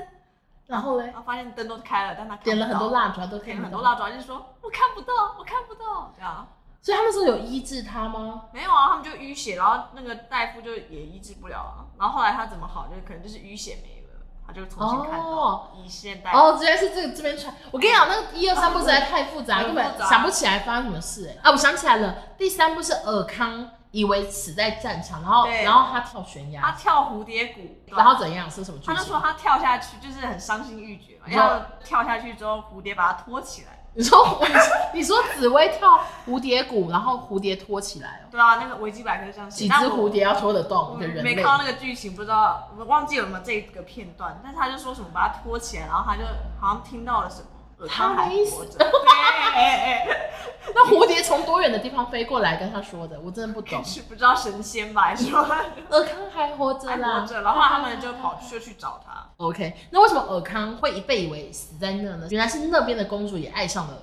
Speaker 3: 然后嘞
Speaker 1: 然，后发现灯都开了，但他看不到
Speaker 3: 点了很多，蜡烛，他啊都
Speaker 1: 点了
Speaker 3: 看不
Speaker 1: 很多
Speaker 3: 到。
Speaker 1: 蜡烛，他就说：“我看不到，我看不到。”这样
Speaker 3: 所以他们说有医治他吗？
Speaker 1: 没有啊，他们就淤血，然后那个大夫就也医治不了啊。然后后来他怎么好，就可能就是淤血没了，他就重新看到
Speaker 3: 哦
Speaker 1: 以现代
Speaker 3: 哦，原来是这个这边传。我跟你讲，那个一二三部实在太复杂，
Speaker 1: 很
Speaker 3: 根
Speaker 1: 复
Speaker 3: 本
Speaker 1: 杂
Speaker 3: 想不起来发生什么事、哎，啊，我想起来了，第三部是尔康以为死在战场，然后
Speaker 1: 对
Speaker 3: 然后他跳悬
Speaker 1: 他
Speaker 3: 崖，
Speaker 1: 跳蝴蝶谷，
Speaker 3: 哦然后怎样是什么剧
Speaker 1: 他
Speaker 3: 情？
Speaker 1: 就说他跳下去就是很伤心欲绝嘛，
Speaker 3: 你说
Speaker 1: 然后跳下去之后蝴蝶把他拖起来。
Speaker 3: 你说 你说紫薇跳蝴蝶谷，然后蝴蝶拖起来哦，
Speaker 1: 对啊，那个维基百科这样写。
Speaker 3: 几只
Speaker 1: 但我
Speaker 3: 蝴蝶要拖得
Speaker 1: 我
Speaker 3: 动的人
Speaker 1: 没
Speaker 3: 类
Speaker 1: 看。到那个剧情，不知道我忘记有没有这个片段，但是他就说什么把他拖起来，然后他就好像听到了什么，尔康还活着。对，
Speaker 3: 那蝴蝶从多远的地方飞过来跟他说的？我真的不 懂。
Speaker 1: 是不知道神仙吧？还是说
Speaker 3: 尔康还活着
Speaker 1: 还
Speaker 3: 啦，
Speaker 1: 活着？然后他们就跑就去找他。
Speaker 3: OK，那为什么尔康会一被以为死在那呢？原来是那边的公主也爱上了尔康。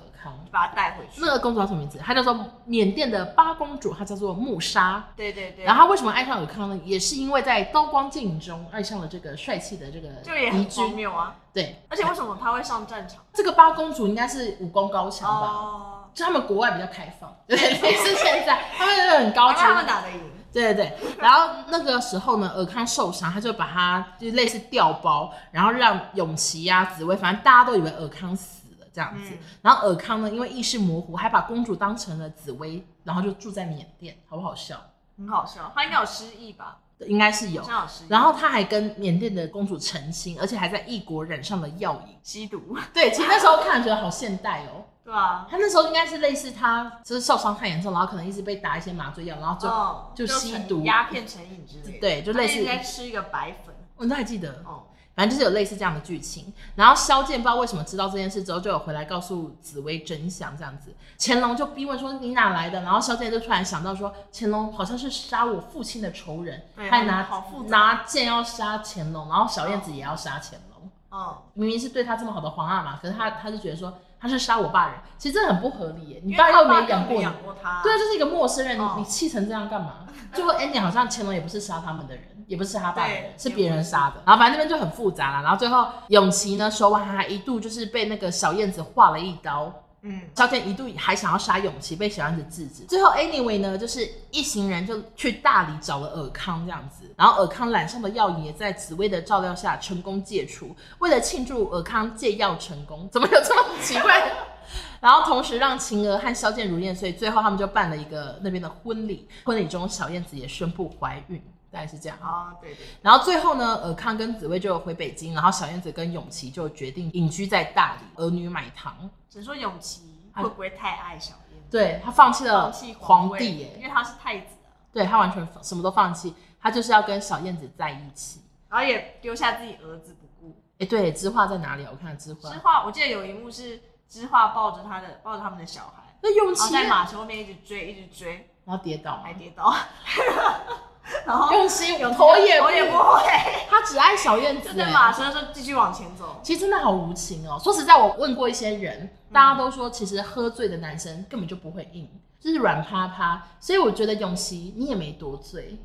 Speaker 1: 把他带回去
Speaker 3: 那，个公主叫什么名字？她叫做缅甸的八公主，她叫做穆莎。
Speaker 1: 对对对，
Speaker 3: 然后她为什么爱上尔康呢？也是因为在刀光剑影中爱上了这个帅气的这个
Speaker 1: 就也
Speaker 3: 敌
Speaker 1: 很荒
Speaker 3: 军。
Speaker 1: 谬啊！
Speaker 3: 对，
Speaker 1: 而且为什么他会上战场？
Speaker 3: 这个八公主应该是武功高强吧？
Speaker 1: 哦，
Speaker 3: 就他们国外比较开放，对， 是现在他们就很
Speaker 1: 哦
Speaker 3: 高
Speaker 1: 因为他
Speaker 3: 强
Speaker 1: 们。打得赢，
Speaker 3: 对对对，然后那个时候呢，尔康受伤，他就把他就类似调包，然后让永琪呀、紫薇，反正大家都以为尔康死了这样子。
Speaker 1: 嗯
Speaker 3: 然后尔康呢，因为意识模糊，还把公主当成了紫薇，然后就住在缅甸，好不好笑？
Speaker 1: 很好笑。他应该有失忆吧？
Speaker 3: 对应该是有
Speaker 1: 好。像有失忆。
Speaker 3: 然后他还跟缅甸的公主成亲，而且还在异国染上了药瘾。
Speaker 1: 吸毒，
Speaker 3: 对，其实那时候看了觉得好现代哦。
Speaker 1: 对啊，
Speaker 3: 他那时候应该是类似他就是受伤太严重，然后可能一直被打一些麻醉药，然后就、
Speaker 1: 哦
Speaker 3: 就吸
Speaker 1: 成瘾
Speaker 3: 毒
Speaker 1: 鸦片成瘾之类的。
Speaker 3: 对，就类
Speaker 1: 他一
Speaker 3: 似
Speaker 1: 直在吃一个白粉。
Speaker 3: 我都还记得。
Speaker 1: 哦，
Speaker 3: 反正就是有类似这样的剧情。然后萧剑不知道为什么知道这件事之后，就有回来告诉紫薇真相这样子。乾隆就逼问说你哪来的？然后萧剑就突然想到说乾隆好像是杀我父亲的仇人，
Speaker 1: 对
Speaker 3: 还拿
Speaker 1: 好复杂
Speaker 3: 拿剑要杀乾隆，然后小燕子也要杀乾隆。
Speaker 1: 嗯，
Speaker 3: 明明是对他这么好的皇阿玛，可是他他就觉得说他是杀我爸人，其实这很不合理耶。你
Speaker 1: 因为他
Speaker 3: 又没养
Speaker 1: 根本
Speaker 3: 过你，
Speaker 1: 养过他，
Speaker 3: 对啊，就是一个陌生人，你
Speaker 1: 哦
Speaker 3: 你气成这样干嘛？ 最后 ending 好像乾隆也不是杀他们的人，也不是他爸的人
Speaker 1: 对，
Speaker 3: 是别人杀的。然后反正那边就很复杂啦。然后最后永琪呢手腕还一度就是被那个小燕子划了一刀，
Speaker 1: 嗯，
Speaker 3: 萧剑一度还想要杀永琪，被小燕子制止。最后 anyway 呢，就是一行人就去大理找了尔康这样子，然后尔康染上的药瘾也在紫薇的照料下成功戒除。为了庆祝尔康戒药成功，怎么有这么奇怪的？然后同时让晴儿和萧剑如燕，所以最后他们就办了一个那边的婚礼。婚礼中，小燕子也宣布怀孕，大概是这样。
Speaker 1: 啊，对对，
Speaker 3: 然后最后呢，尔康跟紫薇就回北京，然后小燕子跟永琪就决定隐居在大理，儿女买堂。
Speaker 1: 只是说永琪会不会太爱小燕？
Speaker 3: 对他放弃了
Speaker 1: 放弃
Speaker 3: 呃皇
Speaker 1: 位
Speaker 3: 帝耶、
Speaker 1: 因为他是太子啊了，
Speaker 3: 对他完全放什么都放弃，他就是要跟小燕子在一起。
Speaker 1: 然后也丢下自己儿子不顾。
Speaker 3: 哎，对，知画在哪里啊？我看看知画
Speaker 1: 知。画，我记得有一幕是知画抱着他的抱着他们的小孩，
Speaker 3: 那永
Speaker 1: 然后
Speaker 3: 琪，
Speaker 1: 哦在
Speaker 3: 然
Speaker 1: 马车后面一直追，一直追，
Speaker 3: 后跌倒嘛
Speaker 1: 还。跌倒， 然后
Speaker 3: 永琪头也
Speaker 1: 哦头也不回，
Speaker 3: 他只爱小燕子、
Speaker 1: 就
Speaker 3: 欸。
Speaker 1: 在马车上继续往前走。
Speaker 3: 其实真的好无情哦。说实在，我问过一些人，
Speaker 1: 嗯
Speaker 3: 大家都说其实喝醉的男生根本就不会硬，就是软趴趴。所以我觉得永琪你也没多醉，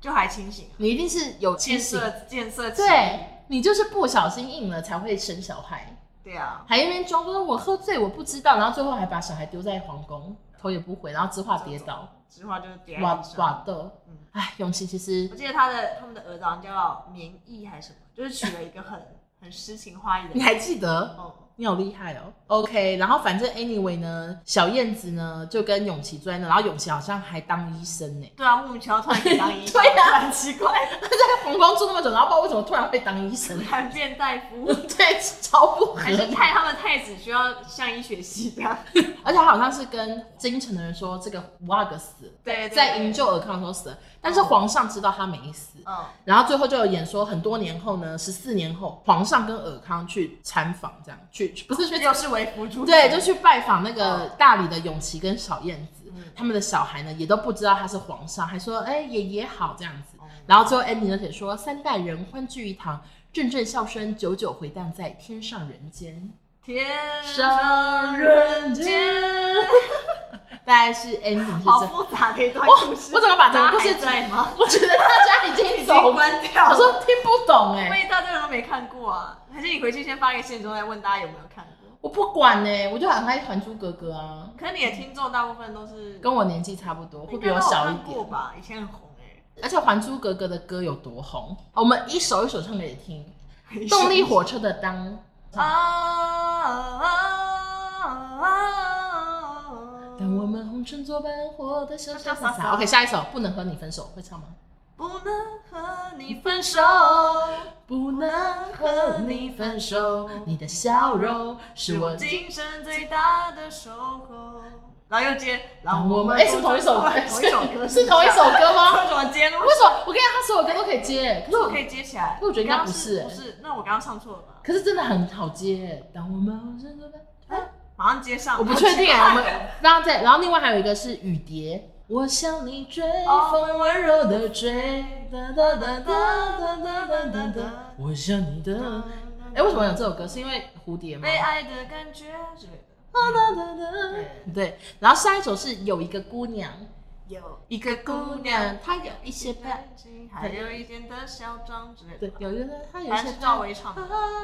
Speaker 1: 就还清醒，
Speaker 3: 你一定是有清
Speaker 1: 建
Speaker 3: 醒，
Speaker 1: 设建设起
Speaker 3: 对你就是不小心硬了才会生小孩，
Speaker 1: 对啊，
Speaker 3: 还一边装说我喝醉我不知道，然后最后还把小孩丢在皇宫，头也不回，然后知画跌倒，
Speaker 1: 知画就是跌在
Speaker 3: 瓦
Speaker 1: 地上。
Speaker 3: 瓦的
Speaker 1: 嗯。
Speaker 3: 哎，永琪其实
Speaker 1: 我记得他的他们的儿子好像叫绵意还是什么，就是取了一个很 很诗情画意的
Speaker 3: 你
Speaker 1: 名
Speaker 3: 还记得
Speaker 1: 字。？哦，
Speaker 3: 你好厉害哦。OK，然后反正 anyway 呢，小燕子呢就跟永琪坐在那，然后永琪好像还当医生呢，
Speaker 1: 对啊，莫名其妙突然可以当医生，
Speaker 3: 对啊
Speaker 1: 啊， 很奇怪，
Speaker 3: 在皇宫住那么久，然后不知道为什么突然会当医生，
Speaker 1: 还变大夫，
Speaker 3: 对，超不合
Speaker 1: 还是
Speaker 3: 理。
Speaker 1: 太他们太子需要向医学习这样。
Speaker 3: 而且他好像是跟京城的人说，这个五阿哥死了，
Speaker 1: 对对对
Speaker 3: 在营救尔康的时候死了，但是皇上知道他没死。
Speaker 1: 嗯，
Speaker 3: 然后最后就有演说，很多年后呢，十四年后，皇上跟尔康去参访，这样去不是去
Speaker 1: 又是为辅助，
Speaker 3: 对，就去拜访那个大理的永琪跟小燕子，
Speaker 1: 哦嗯
Speaker 3: 他们的小孩呢也都不知道他是皇上，还说哎爷爷好这样子
Speaker 1: 哦。
Speaker 3: 然后最后 ending 就写说三代人欢聚一堂，阵阵笑声久久回荡在天上人间。
Speaker 1: 天
Speaker 3: 上
Speaker 1: 上
Speaker 3: 人
Speaker 1: 人
Speaker 3: 间
Speaker 1: 间，
Speaker 3: 大概是 ending 是
Speaker 1: 好
Speaker 3: 这。
Speaker 1: 复杂的一段故事。
Speaker 3: 我怎么把整个故
Speaker 1: 大
Speaker 3: 事
Speaker 1: 家还在吗？
Speaker 3: 我觉得大家已经
Speaker 1: 已
Speaker 3: 走
Speaker 1: 经
Speaker 3: 完，
Speaker 1: 关掉
Speaker 3: 我
Speaker 1: 了。
Speaker 3: 说听不懂哎、
Speaker 1: 我也大家人都没看过啊，还是你回去先发一个现中，再问大家有没有看过。
Speaker 3: 我不管哎、我就很爱《还珠格格》啊，
Speaker 1: 可是你的听众大部分都是
Speaker 3: 跟我年纪差不多，会
Speaker 1: 应
Speaker 3: 比
Speaker 1: 该
Speaker 3: 我
Speaker 1: 都有
Speaker 3: 小一
Speaker 1: 看过
Speaker 3: 点。
Speaker 1: 吧？以前很红哎、
Speaker 3: 而且《还珠格格》的歌有多红，哦我们一首一首唱给你听。动力火车的当，
Speaker 1: 啊啊啊啊！
Speaker 3: 当我们红尘作伴，活得潇
Speaker 1: 潇
Speaker 3: 潇洒
Speaker 1: 潇洒
Speaker 3: 洒。
Speaker 1: 洒
Speaker 3: OK，下一首不能和你分手，会唱吗？
Speaker 1: 不能和你分手，
Speaker 3: 不能
Speaker 1: 和你分
Speaker 3: 手，你的笑容
Speaker 1: 是我今生最大的收获。然后又接，
Speaker 3: 让
Speaker 1: 让
Speaker 3: 我
Speaker 1: 我
Speaker 3: 们
Speaker 1: 们
Speaker 3: 哎是同一首歌，
Speaker 1: 同一首歌
Speaker 3: 是同一首歌吗？
Speaker 1: 为什么接那么
Speaker 3: 为什么？我跟你讲，他所有歌都可以接，可是
Speaker 1: 我
Speaker 3: 我
Speaker 1: 可以接起来，
Speaker 3: 可我觉得应该
Speaker 1: 刚刚
Speaker 3: 不是
Speaker 1: 是
Speaker 3: 欸
Speaker 1: 不是，那我刚刚唱错了吧？
Speaker 3: 可是真的很好接。当我们红尘作伴，
Speaker 1: 马上接上，
Speaker 3: 我不确定啊，
Speaker 1: 啊，
Speaker 3: 我们 然后再，然后另外还有一个是雨蝶。我向你追，
Speaker 1: 哦
Speaker 3: 风温柔的追，哒哒哒哒哒哒哒哒
Speaker 1: 嗯
Speaker 3: 哒。我向你的哎、为什么有这首歌？是因为蝴蝶吗？
Speaker 1: 被爱的感觉之类的？
Speaker 3: 哒哒哒哒对，然后下一首是有一个姑娘，
Speaker 1: 有
Speaker 3: 一个姑娘，她有一
Speaker 1: 一
Speaker 3: 些伴，
Speaker 1: 情，还有一点的嚣张之类的。
Speaker 3: 对，有一个她有一
Speaker 1: 反
Speaker 3: 些
Speaker 1: 正是赵
Speaker 3: 伴。
Speaker 1: 薇唱 的。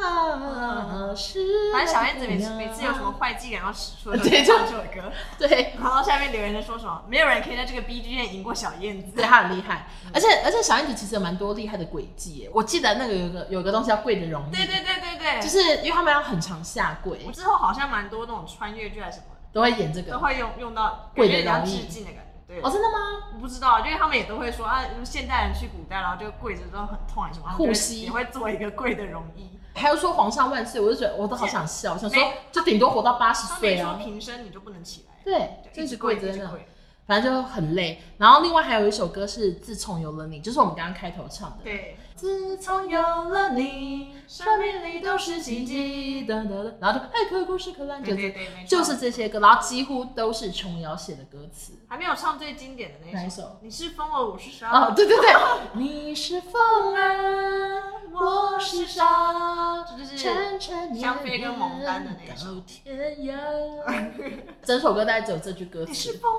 Speaker 3: 啊，是。
Speaker 1: 反正小燕子每次每次有什么坏伎俩要使 出的时候，
Speaker 3: 对
Speaker 1: 就唱这首歌。
Speaker 3: 对。
Speaker 1: 然后下面留言就说什么，没有人可以在这个 B G M 赢过小燕 子
Speaker 3: 对，。她很厉害，而且而且小燕子其实有蛮多厉害的轨迹耶。我记得那个有一个有一个东西叫跪的容易，
Speaker 1: 对对对对对，
Speaker 3: 就是因为他们要很常下跪，
Speaker 1: 我之后好像蛮多那种穿越剧还是什么的，
Speaker 3: 都会演这
Speaker 1: 都
Speaker 3: 个。
Speaker 1: 会用用到，
Speaker 3: 跪
Speaker 1: 感觉
Speaker 3: 得
Speaker 1: 比较
Speaker 3: 容易
Speaker 1: 致敬的感觉。对，
Speaker 3: 哦，真的吗？
Speaker 1: 我不知道，因为他们也都会说啊，现代人去古代，然后就跪着之后很痛啊还是什么，他们就
Speaker 3: 护
Speaker 1: 会
Speaker 3: 膝
Speaker 1: 也会做一个跪的容易。
Speaker 3: 还有说皇上万岁，我就觉得我都好想笑，我想说
Speaker 1: 没
Speaker 3: 就顶多活到八十
Speaker 1: 他
Speaker 3: 岁
Speaker 1: 没
Speaker 3: 啊
Speaker 1: 说。平身你就不能起来，
Speaker 3: 对，
Speaker 1: 就
Speaker 3: 就
Speaker 1: 一
Speaker 3: 一
Speaker 1: 直
Speaker 3: 直
Speaker 1: 跪
Speaker 3: 跪
Speaker 1: 一
Speaker 3: 着
Speaker 1: 直
Speaker 3: 呢，
Speaker 1: 跪。
Speaker 3: 反正就很累。然后另外还有一首歌是《自从有了你》，就是我们刚刚开头唱的。，
Speaker 1: 对，
Speaker 3: 自从有了你，生命里都是奇迹。哒哒哒，然后就哎，可故事可烂，就
Speaker 1: 对对
Speaker 3: 是
Speaker 1: 对，没错
Speaker 3: 就是这些歌，然后几乎都是琼瑶写的歌词。
Speaker 1: 还没有唱最经典的那
Speaker 3: 哪一
Speaker 1: 一
Speaker 3: 首
Speaker 1: 你是疯了，我是傻。
Speaker 3: 哦，对对对，你是风儿，我是沙，
Speaker 1: 这就是
Speaker 3: 缠缠绵绵
Speaker 1: 香妃跟蒙丹的那一首
Speaker 3: 到天涯。 整首歌大概只有这句歌
Speaker 1: 你是
Speaker 3: 词，
Speaker 1: 风，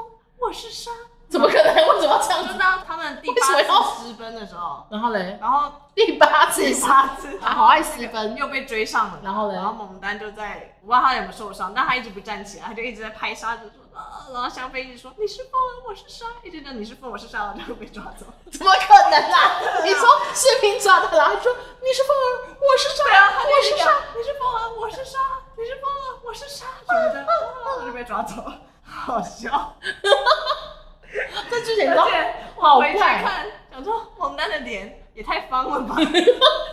Speaker 1: 我是沙。
Speaker 3: 怎么可能？为什么要这样
Speaker 1: 就
Speaker 3: 子
Speaker 1: 是？当他们第
Speaker 3: 为什么要
Speaker 1: 八次私奔的时候，
Speaker 3: 然后嘞，
Speaker 1: 然后
Speaker 3: 第八次
Speaker 1: 第八次，
Speaker 3: 啊，
Speaker 1: 然后
Speaker 3: 好爱私奔。
Speaker 1: 又被追上了，
Speaker 3: 然后嘞
Speaker 1: 然后蒙丹就在，我不知道他有没有受伤，但他一直不站起来，他就一直在拍沙子说啊，然后香妃一直说你是凤儿，我是沙，一直叫你是凤，我是沙，然后就被抓走。
Speaker 3: 怎么可能啊？你说视频抓他，然后说你是凤儿，我是
Speaker 1: 对啊，
Speaker 3: 沙，
Speaker 1: 他
Speaker 3: 我
Speaker 1: 就是是
Speaker 3: 沙
Speaker 1: 沙，，你是凤儿，我是沙，你是疯了，我是傻子，什么的，呃我就被抓走了，好笑。
Speaker 3: 这剧情
Speaker 1: 而
Speaker 3: 都
Speaker 1: 且
Speaker 3: 哎好
Speaker 1: 我回去
Speaker 3: 怪
Speaker 1: 看，想说王丹的脸也太方了吧，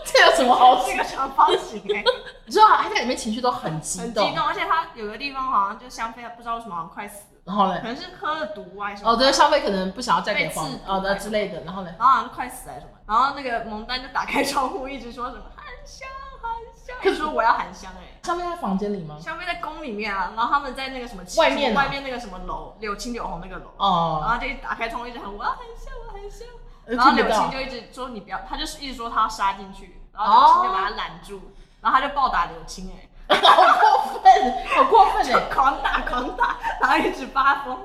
Speaker 3: 这有什么 好？
Speaker 1: 是个小方形哎、
Speaker 3: 你知道他在里面情绪都很激
Speaker 1: 很激
Speaker 3: 动，
Speaker 1: 动，而且他有个地方好像就香妃，不知道为什么好像快死了，
Speaker 3: 然后
Speaker 1: 可
Speaker 3: 嘞，
Speaker 1: 能是喝了毒啊还是什么。
Speaker 3: 哦，对，消费可能不想要嫁给
Speaker 1: 被
Speaker 3: 皇
Speaker 1: 制毒
Speaker 3: 哦的之类的，然后嘞，
Speaker 1: 然后好像快死还是什么，然后那个蒙丹就打开窗户，一直说什么含香含香，一直说我要含香哎、
Speaker 3: 消费在房间里吗？
Speaker 1: 香妃在宫里面啊，然后他们在那个什么
Speaker 3: 外面啊
Speaker 1: 外面那个什么楼，柳青柳红那个楼，然
Speaker 3: 哦，
Speaker 1: 后就一直打开窗户一直喊我要含香我要含香，
Speaker 3: 呃
Speaker 1: 然后
Speaker 3: 听
Speaker 1: 柳
Speaker 3: 不
Speaker 1: 青
Speaker 3: 到
Speaker 1: 就一直说你不要，他就是一直说他要杀进去，然后柳青就把他
Speaker 3: 哦
Speaker 1: 拦住，然后他就暴打柳青哎、
Speaker 3: 好过 分，好过分哎！
Speaker 1: 狂打狂打，然后一直发疯。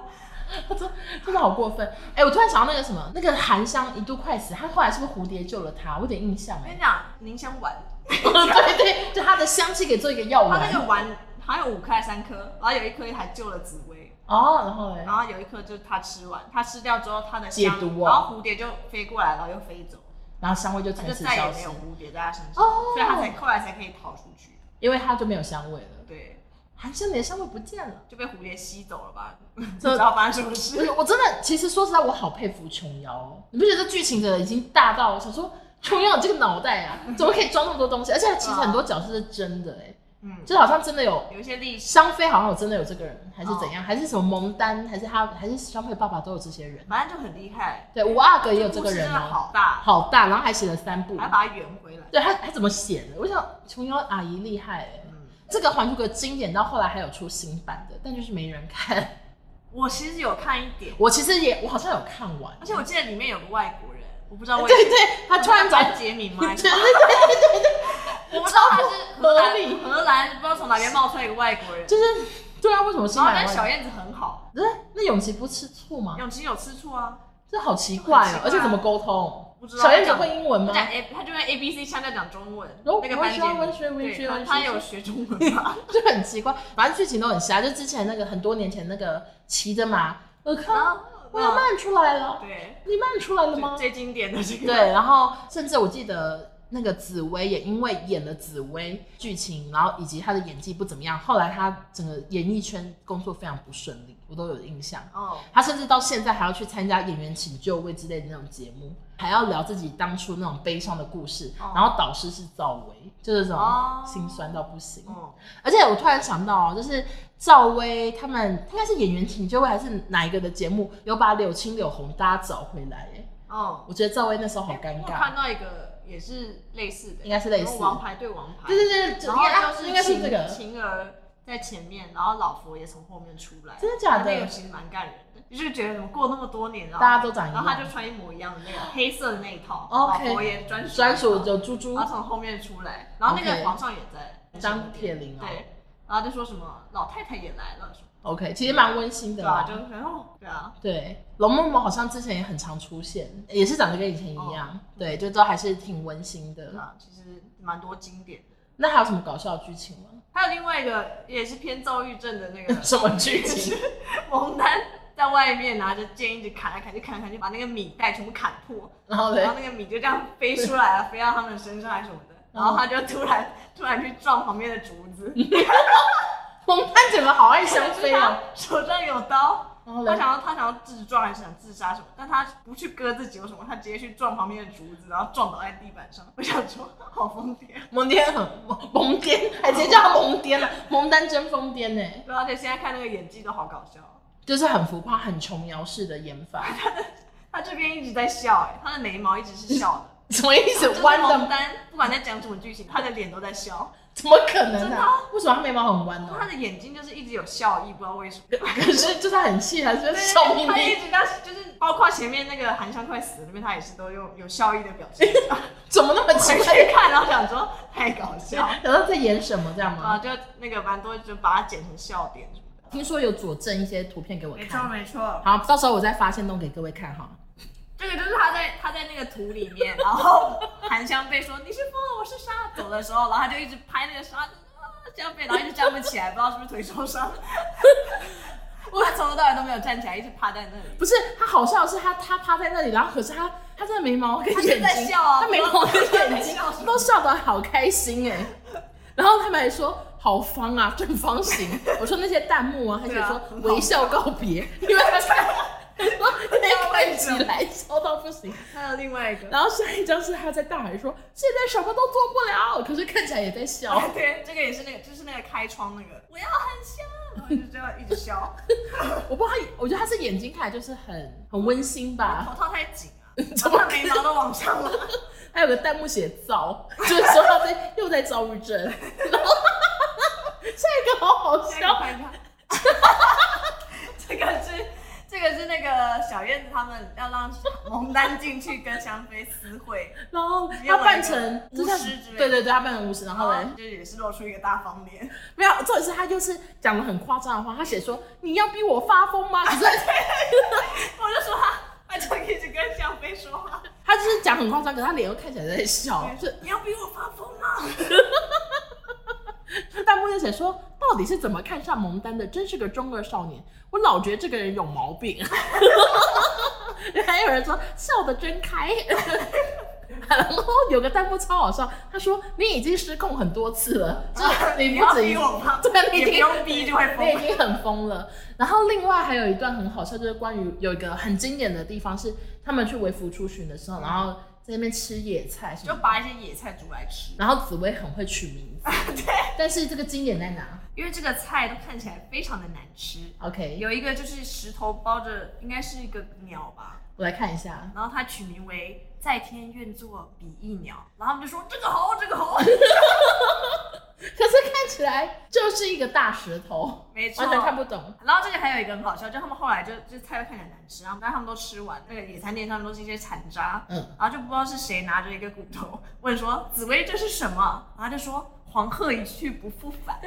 Speaker 3: 他真真的好过分哎！我突然想到那个什么，那个韩香一度快死，他后来是不是蝴蝶救了他？我有点印象
Speaker 1: 我跟
Speaker 3: 哎
Speaker 1: 你。讲，凝香丸，
Speaker 3: 对对，就它的香气给做一个药
Speaker 1: 它
Speaker 3: 丸
Speaker 1: 那。个丸好像有五颗还是三颗，然后有一颗还救了紫薇，
Speaker 3: 哦，然后嘞
Speaker 1: 然，后有一颗就是他吃完，他吃掉之后他的
Speaker 3: 解
Speaker 1: 香，
Speaker 3: 毒哦
Speaker 1: 然后蝴蝶就飞过来，然后又飞走，
Speaker 3: 然后香味就
Speaker 1: 他
Speaker 3: 从
Speaker 1: 就
Speaker 3: 此
Speaker 1: 再也
Speaker 3: 消
Speaker 1: 没
Speaker 3: 失
Speaker 1: 有，蝴蝶在他身上，
Speaker 3: 哦
Speaker 1: 所以他才后来才可以逃出去，
Speaker 3: 因为它就没有香味了。
Speaker 1: 对，
Speaker 3: 韩香你的香味不见了。
Speaker 1: 就被蝴蝶吸走了吧？ 不
Speaker 3: 这
Speaker 1: 知道发生什么
Speaker 3: 不
Speaker 1: 事。
Speaker 3: 是，我真的，其实说实在，我好佩服琼瑶哦。你不觉得这剧情真的已经大到我想说，琼瑶你这个脑袋啊，怎么可以装那么多东西？而且其实很多角色是真的哎、
Speaker 1: 嗯，
Speaker 3: 就好像真的有
Speaker 1: 有一些历史，
Speaker 3: 香妃，好像有真的有这个人，还是怎
Speaker 1: 哦
Speaker 3: 样，还是什么蒙丹，还是他，还是香妃爸爸都有这些人。
Speaker 1: 反正就很厉害。
Speaker 3: 对，五阿哥也有这个
Speaker 1: 故事
Speaker 3: 人
Speaker 1: 真的
Speaker 3: 哦，
Speaker 1: 好大，
Speaker 3: 好大，然后还写了三部
Speaker 1: 还。要把它圆回来。
Speaker 3: 对他，他怎么写的？我想琼瑶阿姨厉害哎、
Speaker 1: 嗯，
Speaker 3: 这个《还珠格格》经典到后来还有出新版的，但就是没人看。
Speaker 1: 我其实有看一点，
Speaker 3: 我其实也，我好像有看完。
Speaker 1: 而且我记得里面有个外国人，我不知道为什
Speaker 3: 对
Speaker 1: 么，
Speaker 3: 对，他突然找
Speaker 1: 班杰 明吗？还
Speaker 3: 对
Speaker 1: 是
Speaker 3: 对
Speaker 1: 什么
Speaker 3: 对，
Speaker 1: 我不知道他是荷
Speaker 3: 合理
Speaker 1: 兰，荷兰不知道从哪边冒出来一个外国人。
Speaker 3: 就是对啊，为什么新
Speaker 1: 然后
Speaker 3: 买
Speaker 1: 但小
Speaker 3: 外？
Speaker 1: 燕子很好，
Speaker 3: 不是那永琪不吃醋吗？
Speaker 1: 永琪有吃醋啊，
Speaker 3: 这好奇怪
Speaker 1: 很
Speaker 3: 哦
Speaker 1: 奇，怪啊
Speaker 3: 而且怎么沟通？
Speaker 1: 不知道
Speaker 3: 小燕子会英文
Speaker 1: 他
Speaker 3: 吗？
Speaker 1: 讲 A，他就会 A B C 腔调讲中文，
Speaker 3: 嗯哦
Speaker 1: 那个班杰
Speaker 3: 文学文
Speaker 1: 明，
Speaker 3: 学
Speaker 1: 对，
Speaker 3: 文
Speaker 1: 他
Speaker 3: 学
Speaker 1: 他有学中文吧？
Speaker 3: 就很奇怪，反正剧情都很瞎。就之前那个很多年前那个骑着马，我
Speaker 1: 然
Speaker 3: 靠，
Speaker 1: 后
Speaker 3: 我要
Speaker 1: 嗯
Speaker 3: 慢出来了，
Speaker 1: 对，
Speaker 3: 你慢出来了吗？
Speaker 1: 最经典的这个，
Speaker 3: 对，然后甚至我记得那个紫薇也因为演了紫薇剧情，然后以及她的演技不怎么样，后来她整个演艺圈工作非常不顺利，我都有印象。啊
Speaker 1: 哦，
Speaker 3: 她甚至到现在还要去参加演员请就位之类的那种节目，还要聊自己当初那种悲伤的故事，
Speaker 1: 哦
Speaker 3: 然后导师是赵薇，就是这种
Speaker 1: 哦
Speaker 3: 心酸到不行。
Speaker 1: 嗯，
Speaker 3: 而且我突然想到哦，就是赵薇他们应该是演员请就位还是哪一个的节目，有把柳青柳红大家找回来耶。
Speaker 1: 哦，
Speaker 3: 我觉得赵薇那时候好尴
Speaker 1: 我有
Speaker 3: 尬
Speaker 1: 看，到一个也是类似的，
Speaker 3: 应该是类似
Speaker 1: 什么王牌对王牌，
Speaker 3: 对对对，就
Speaker 1: 然
Speaker 3: 应该
Speaker 1: 后
Speaker 3: 啊
Speaker 1: 就是
Speaker 3: 应该是这个，
Speaker 1: 晴儿在前面，然后老佛爷从后面出来，
Speaker 3: 真的假
Speaker 1: 那个
Speaker 3: 的？
Speaker 1: 其实蛮感人的，就是觉得怎么过那么多年，然后
Speaker 3: 大家都长一
Speaker 1: 然后他就
Speaker 3: 样，
Speaker 1: 穿一模一样的那个黑色的那一套
Speaker 3: OK
Speaker 1: 老佛爷专属
Speaker 3: 专属
Speaker 1: 的
Speaker 3: 有猪猪
Speaker 1: 那一套，然后从后面出来，然后那
Speaker 3: OK
Speaker 1: 个皇上也在，
Speaker 3: 张铁林哦
Speaker 1: 对，然后就说什么老太太也来了，什么
Speaker 3: ，OK，其实蛮温馨的
Speaker 1: 对啊，
Speaker 3: 啦
Speaker 1: 就。是哦，对啊，
Speaker 3: 对，龙嬷嬷好像之前也很常出现，也是长得跟以前一样，对，就都还是挺温馨的。
Speaker 1: 哦对啊，其实蛮多经典的。
Speaker 3: 那还有什么搞笑剧情吗？
Speaker 1: 还有另外一个也是偏躁郁症的那个
Speaker 3: 什么剧情？
Speaker 1: 蒙丹在外面拿着剑一直砍来砍去，砍来砍去，把那个米袋全部砍破，
Speaker 3: 然 后嘞
Speaker 1: 然，后那个米就这样飞出来啊，飞到他们身上还是什么的。
Speaker 3: 嗯
Speaker 1: 然后他就突然突然去撞旁边的竹子，
Speaker 3: 蒙太整个好爱香妃哦。
Speaker 1: 手上有刀，
Speaker 3: 然后
Speaker 1: 他
Speaker 3: 嘞，
Speaker 1: 想要他想要自撞还是想自杀什么，但他不去割自己或什么，他直接去撞旁边的竹子，然后撞倒在地板上。我想说，好疯癫。
Speaker 3: 蒙癫很蒙癫，还直接叫他蒙癫了，蒙丹真疯癫呢。
Speaker 1: 对，而且现在看那个演技都好搞笑，
Speaker 3: 就是很浮夸、很琼瑶式的演法，
Speaker 1: 他这边一直在笑、哎，他的眉毛一直是 笑的。
Speaker 3: 什 么意思
Speaker 1: 就？是
Speaker 3: 弯
Speaker 1: 王
Speaker 3: 的？
Speaker 1: 丹不管在讲什么剧情，他的脸都在笑，
Speaker 3: 怎么可能
Speaker 1: 真
Speaker 3: 呢、
Speaker 1: 的
Speaker 3: 啊？为什么他眉毛很弯呢、
Speaker 1: 他的眼睛就是一直有笑意，不知道为什么。
Speaker 3: 可是就是他很气，还是
Speaker 1: 对
Speaker 3: 笑眯
Speaker 1: 他一
Speaker 3: 眯？
Speaker 1: 直当时就是包括前面那个韩香快死了那边，他也是都用有笑意的表 情。
Speaker 3: 怎么那么奇
Speaker 1: 回
Speaker 3: 怪？
Speaker 1: 去看，然后想说太搞笑，
Speaker 3: 然后在演什么这样
Speaker 1: 啊，
Speaker 3: 吗？
Speaker 1: 就那个蛮多就把它剪成笑点什么的。
Speaker 3: 听说有佐证一些图片给我看，
Speaker 1: 没错，
Speaker 3: 好，到时候我再发现弄给各位看哈。
Speaker 1: 这个就是他在他在那个图里面，然后韩香被说你是疯了，我是沙走的时候，然后他就一直拍那个沙子。啊香被，然后一直站不起来，不知道是不是腿受 伤。我从头到尾都没有站起来，一直趴在那里。
Speaker 3: 不是，他好笑的是他他趴在那里，然后可是他他这个眉毛跟
Speaker 1: 他就
Speaker 3: 眼
Speaker 1: 在
Speaker 3: 睛，
Speaker 1: 笑啊
Speaker 3: 他眉毛跟眼睛
Speaker 1: 他在笑什么
Speaker 3: 都笑得好开心哎、然后他们还说好方啊， 正方形。我说那些弹幕啊，还写
Speaker 1: 对啊
Speaker 3: 说
Speaker 1: 很好
Speaker 3: 微笑告别，因为他说那看起来笑到不行。
Speaker 1: 还有另外一个，
Speaker 3: 然后下一张是他在大喊说现在什么都做不了，可是看起来也在笑。
Speaker 1: 啊对，这个也是那个，就是那个开窗那个，我要很香，然后就这样一直笑，
Speaker 3: 我不知道他，我觉得他是眼睛看起来就是很很温馨吧。
Speaker 1: 头套太紧啊，然
Speaker 3: 怎么
Speaker 1: 后眉毛都往上了。
Speaker 3: 还有个弹幕写躁，就是说他在又在躁郁症。然后 下一个好好
Speaker 1: 这个
Speaker 3: 笑，
Speaker 1: 快看这个是这个是那个小燕子他们要让蒙丹进去跟香妃私会，
Speaker 3: 然后他扮成
Speaker 1: 没有一个
Speaker 3: 就
Speaker 1: 巫
Speaker 3: 像
Speaker 1: 师之类的哦
Speaker 3: 对对对，他扮成巫师，然
Speaker 1: 然
Speaker 3: 后
Speaker 1: 后
Speaker 3: 嘞
Speaker 1: 就也是露出一个大方脸，
Speaker 3: 没有，重点是他就是讲了很夸张的话，他写说你要逼我发疯 吗？可是
Speaker 1: 我就说他，他就一直跟香妃说话，
Speaker 3: 他就是讲很夸张，可是他脸又看起来在笑，就
Speaker 1: 你要逼我发疯吗？
Speaker 3: 弹幕就写说，到底是怎么看上蒙丹的？真是个中二少年，我老觉得这个人有毛病。还有人说笑得真开， 然后有个弹幕超好笑，他说你已经失控很多次了，就是你
Speaker 1: 你
Speaker 3: 不
Speaker 1: 要
Speaker 3: 止
Speaker 1: 逼
Speaker 3: 一
Speaker 1: 我发疯，
Speaker 3: 对，你已
Speaker 1: 也不
Speaker 3: 经
Speaker 1: 用逼就会
Speaker 3: 你已
Speaker 1: 疯。
Speaker 3: 经很疯了。然后另外还有一段很好笑，就是关于有一个很经典的地方是他们去微服出巡的时候，然后在那边吃野菜什么
Speaker 1: 就
Speaker 3: 的，
Speaker 1: 拔一些野菜煮来 吃，
Speaker 3: 然后紫薇很会取名字，但是这个经典在哪
Speaker 1: 因为这个菜都看起来非常的难吃。
Speaker 3: ？OK，
Speaker 1: 有一个就是石头包着，应该是一个鸟吧，
Speaker 3: 我来看一下，
Speaker 1: 然后它取名为“在天愿作比翼鸟”，然后他们就说这个好，这个 好，
Speaker 3: 可是看起来就是一个大石头，
Speaker 1: 没错
Speaker 3: 完。全看不懂。
Speaker 1: 然后这里还有一个很好笑，就他们后来就就菜都看起来难吃，然后但他们都吃完，那个野餐垫上都是一些残渣，
Speaker 3: 嗯，
Speaker 1: 然后就不知道是谁拿着一个骨头问说：“紫薇这是什么？”然后就说：“黄鹤一去不复 返。”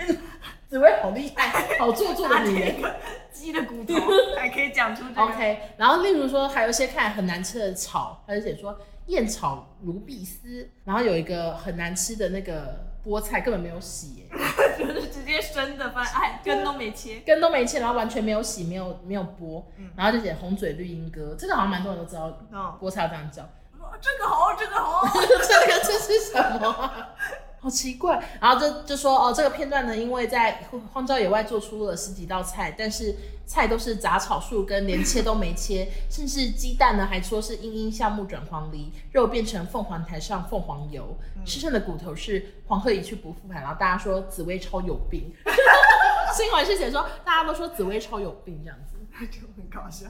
Speaker 3: 紫薇好厉害，哎好做作
Speaker 1: 拿
Speaker 3: 的
Speaker 1: 着
Speaker 3: 女
Speaker 1: 一
Speaker 3: 人。
Speaker 1: 个鸡的 骨头，还可以讲出这个。
Speaker 3: OK，然后例如说还有一些看很难吃的草，他就写说燕草如碧丝，然后有一个很难吃的那个菠菜根本没有洗耶、
Speaker 1: 就是直接生的，反正哎根都没切。
Speaker 3: 根都没切，然后完全没有洗，没有没有剥，
Speaker 1: 嗯
Speaker 3: 然后就写红嘴绿鹦哥，这个好像蛮多人都知道，
Speaker 1: 嗯，
Speaker 3: 菠菜要这样叫，
Speaker 1: 我说哦这个好，这个好。
Speaker 3: 这个这是什么啊？好奇怪，然后就就说哦，这个片段呢，因为在荒郊野外做出了十几道菜，但是菜都是杂草树根，连切都没切， 甚至鸡蛋呢还说是殷殷夏木转黄鹂，肉变成凤凰台上凤凰油，吃剩的骨头是黄鹤一去不复返，然后大家说紫薇超有病， 新闻是写说大家都说紫薇超有病这样子。
Speaker 1: 就很搞笑。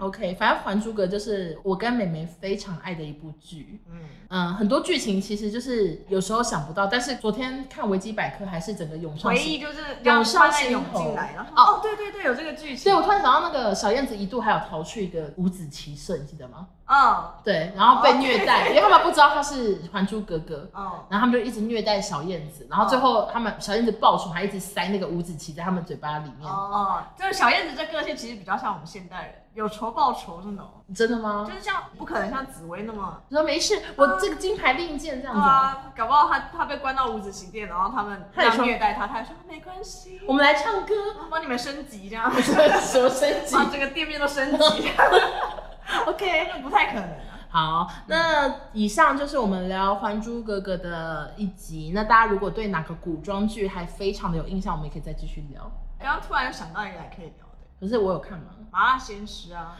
Speaker 3: OK，反正《还珠格格》就是我跟妹妹非常爱的一部剧。
Speaker 1: 嗯，
Speaker 3: 嗯，很多剧情其实就是有时候想不到，但是昨天看维基百科还是整个涌上
Speaker 1: 回
Speaker 3: 心
Speaker 1: 忆就是
Speaker 3: 涌
Speaker 1: 让
Speaker 3: 上
Speaker 1: 慢慢
Speaker 3: 心
Speaker 1: 涌
Speaker 3: 头
Speaker 1: 进来，然后哦，对对对，有这个剧
Speaker 3: 所以
Speaker 1: 情。
Speaker 3: 我突然想到那个小燕子一度还有逃去一个五子棋社，你记得吗？
Speaker 1: 嗯
Speaker 3: 对，然后被虐待，因为他们不知道他是《还珠格格》。
Speaker 1: 嗯，
Speaker 3: 然后他们就一直虐待小燕子，然后最后他们小燕子报仇，还一直塞那个五子棋在他们嘴巴里面。
Speaker 1: 哦，就是小燕子这个性其实比较像我们现代人，有仇报仇这种，
Speaker 3: 真的吗
Speaker 1: 就？是像不可能像紫薇那么。
Speaker 3: 你说没事，我这个金牌另一件这样
Speaker 1: 对
Speaker 3: 子啊、
Speaker 1: 啊，搞不好他他被关到五子棋店，然后他们
Speaker 3: 他
Speaker 1: 这
Speaker 3: 也
Speaker 1: 样
Speaker 3: 说
Speaker 1: 虐待他，他还说没关系，
Speaker 3: 我们来唱 歌，
Speaker 1: 我帮你们升级这样，
Speaker 3: 什么升级？
Speaker 1: 啊把这个店面都升 级。OK，那不太可能啊。
Speaker 3: 好，
Speaker 1: 嗯
Speaker 3: 那以上就是我们聊《还珠格格》的一集。那大家如果对哪个古装剧还非常的有印象，我们也可以再继续聊。
Speaker 1: 刚刚突然想到一个还可以聊的，
Speaker 3: 可是我有看吗？
Speaker 1: 麻辣鲜师啊，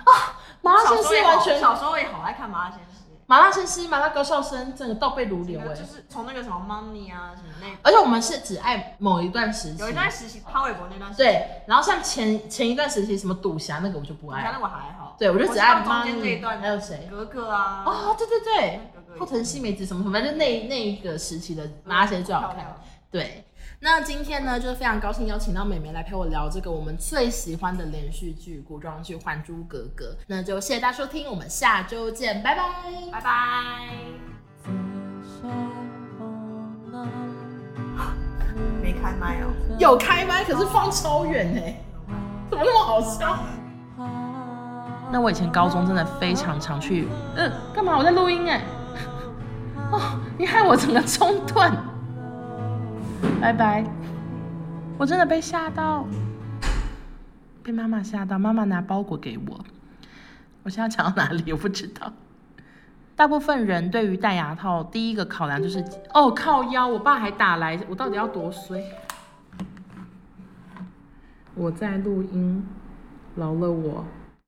Speaker 3: 麻辣
Speaker 1: 小
Speaker 3: 鲜
Speaker 1: 时候
Speaker 3: 师
Speaker 1: 也
Speaker 3: 完
Speaker 1: 好，
Speaker 3: 全
Speaker 1: 小时候也好爱看麻辣鲜师，
Speaker 3: 麻辣鲜师、麻辣高校生，整个倒背如流哎、
Speaker 1: 啊就是从那个什么 Money 啊什么那，
Speaker 3: 而且我们是只爱某一段时期
Speaker 1: 有一，段时期潘玮柏那段时期，
Speaker 3: 对。然后像前前一段时期什么赌侠那个我就不
Speaker 1: 我看
Speaker 3: 爱，
Speaker 1: 那我还好，
Speaker 3: 对我就只爱
Speaker 1: 知道中间
Speaker 3: Money，
Speaker 1: 这一段，
Speaker 3: 还有谁
Speaker 1: 格格啊，
Speaker 3: 哦，对对对，
Speaker 1: 格格也
Speaker 3: 后藤新梅子什么什么，反正就那那一个时期的麻辣鲜师最好
Speaker 1: 漂
Speaker 3: 看。
Speaker 1: 亮
Speaker 3: 对，那今天呢，就是非常高兴邀请到美眉来陪我聊这个我们最喜欢的连续剧古装剧《还珠格格》。那就谢谢大家收听，我们下周见，拜拜。
Speaker 1: 拜 拜，
Speaker 5: 自相逢难，
Speaker 1: 没开麦哦。
Speaker 3: 有开麦，可是放超远呢、怎么那么好笑？那我以前高中真的非常常去，嗯、干嘛？我在录音哎、哦，你害我整个中断，拜拜。我真的被吓到，被妈妈吓到，妈妈拿包裹给我。我现在讲到哪里？我不知道。大部分人对于戴牙套第一个考量就是，哦靠腰，我爸还打来，我到底要多衰？我在录音，饶了我。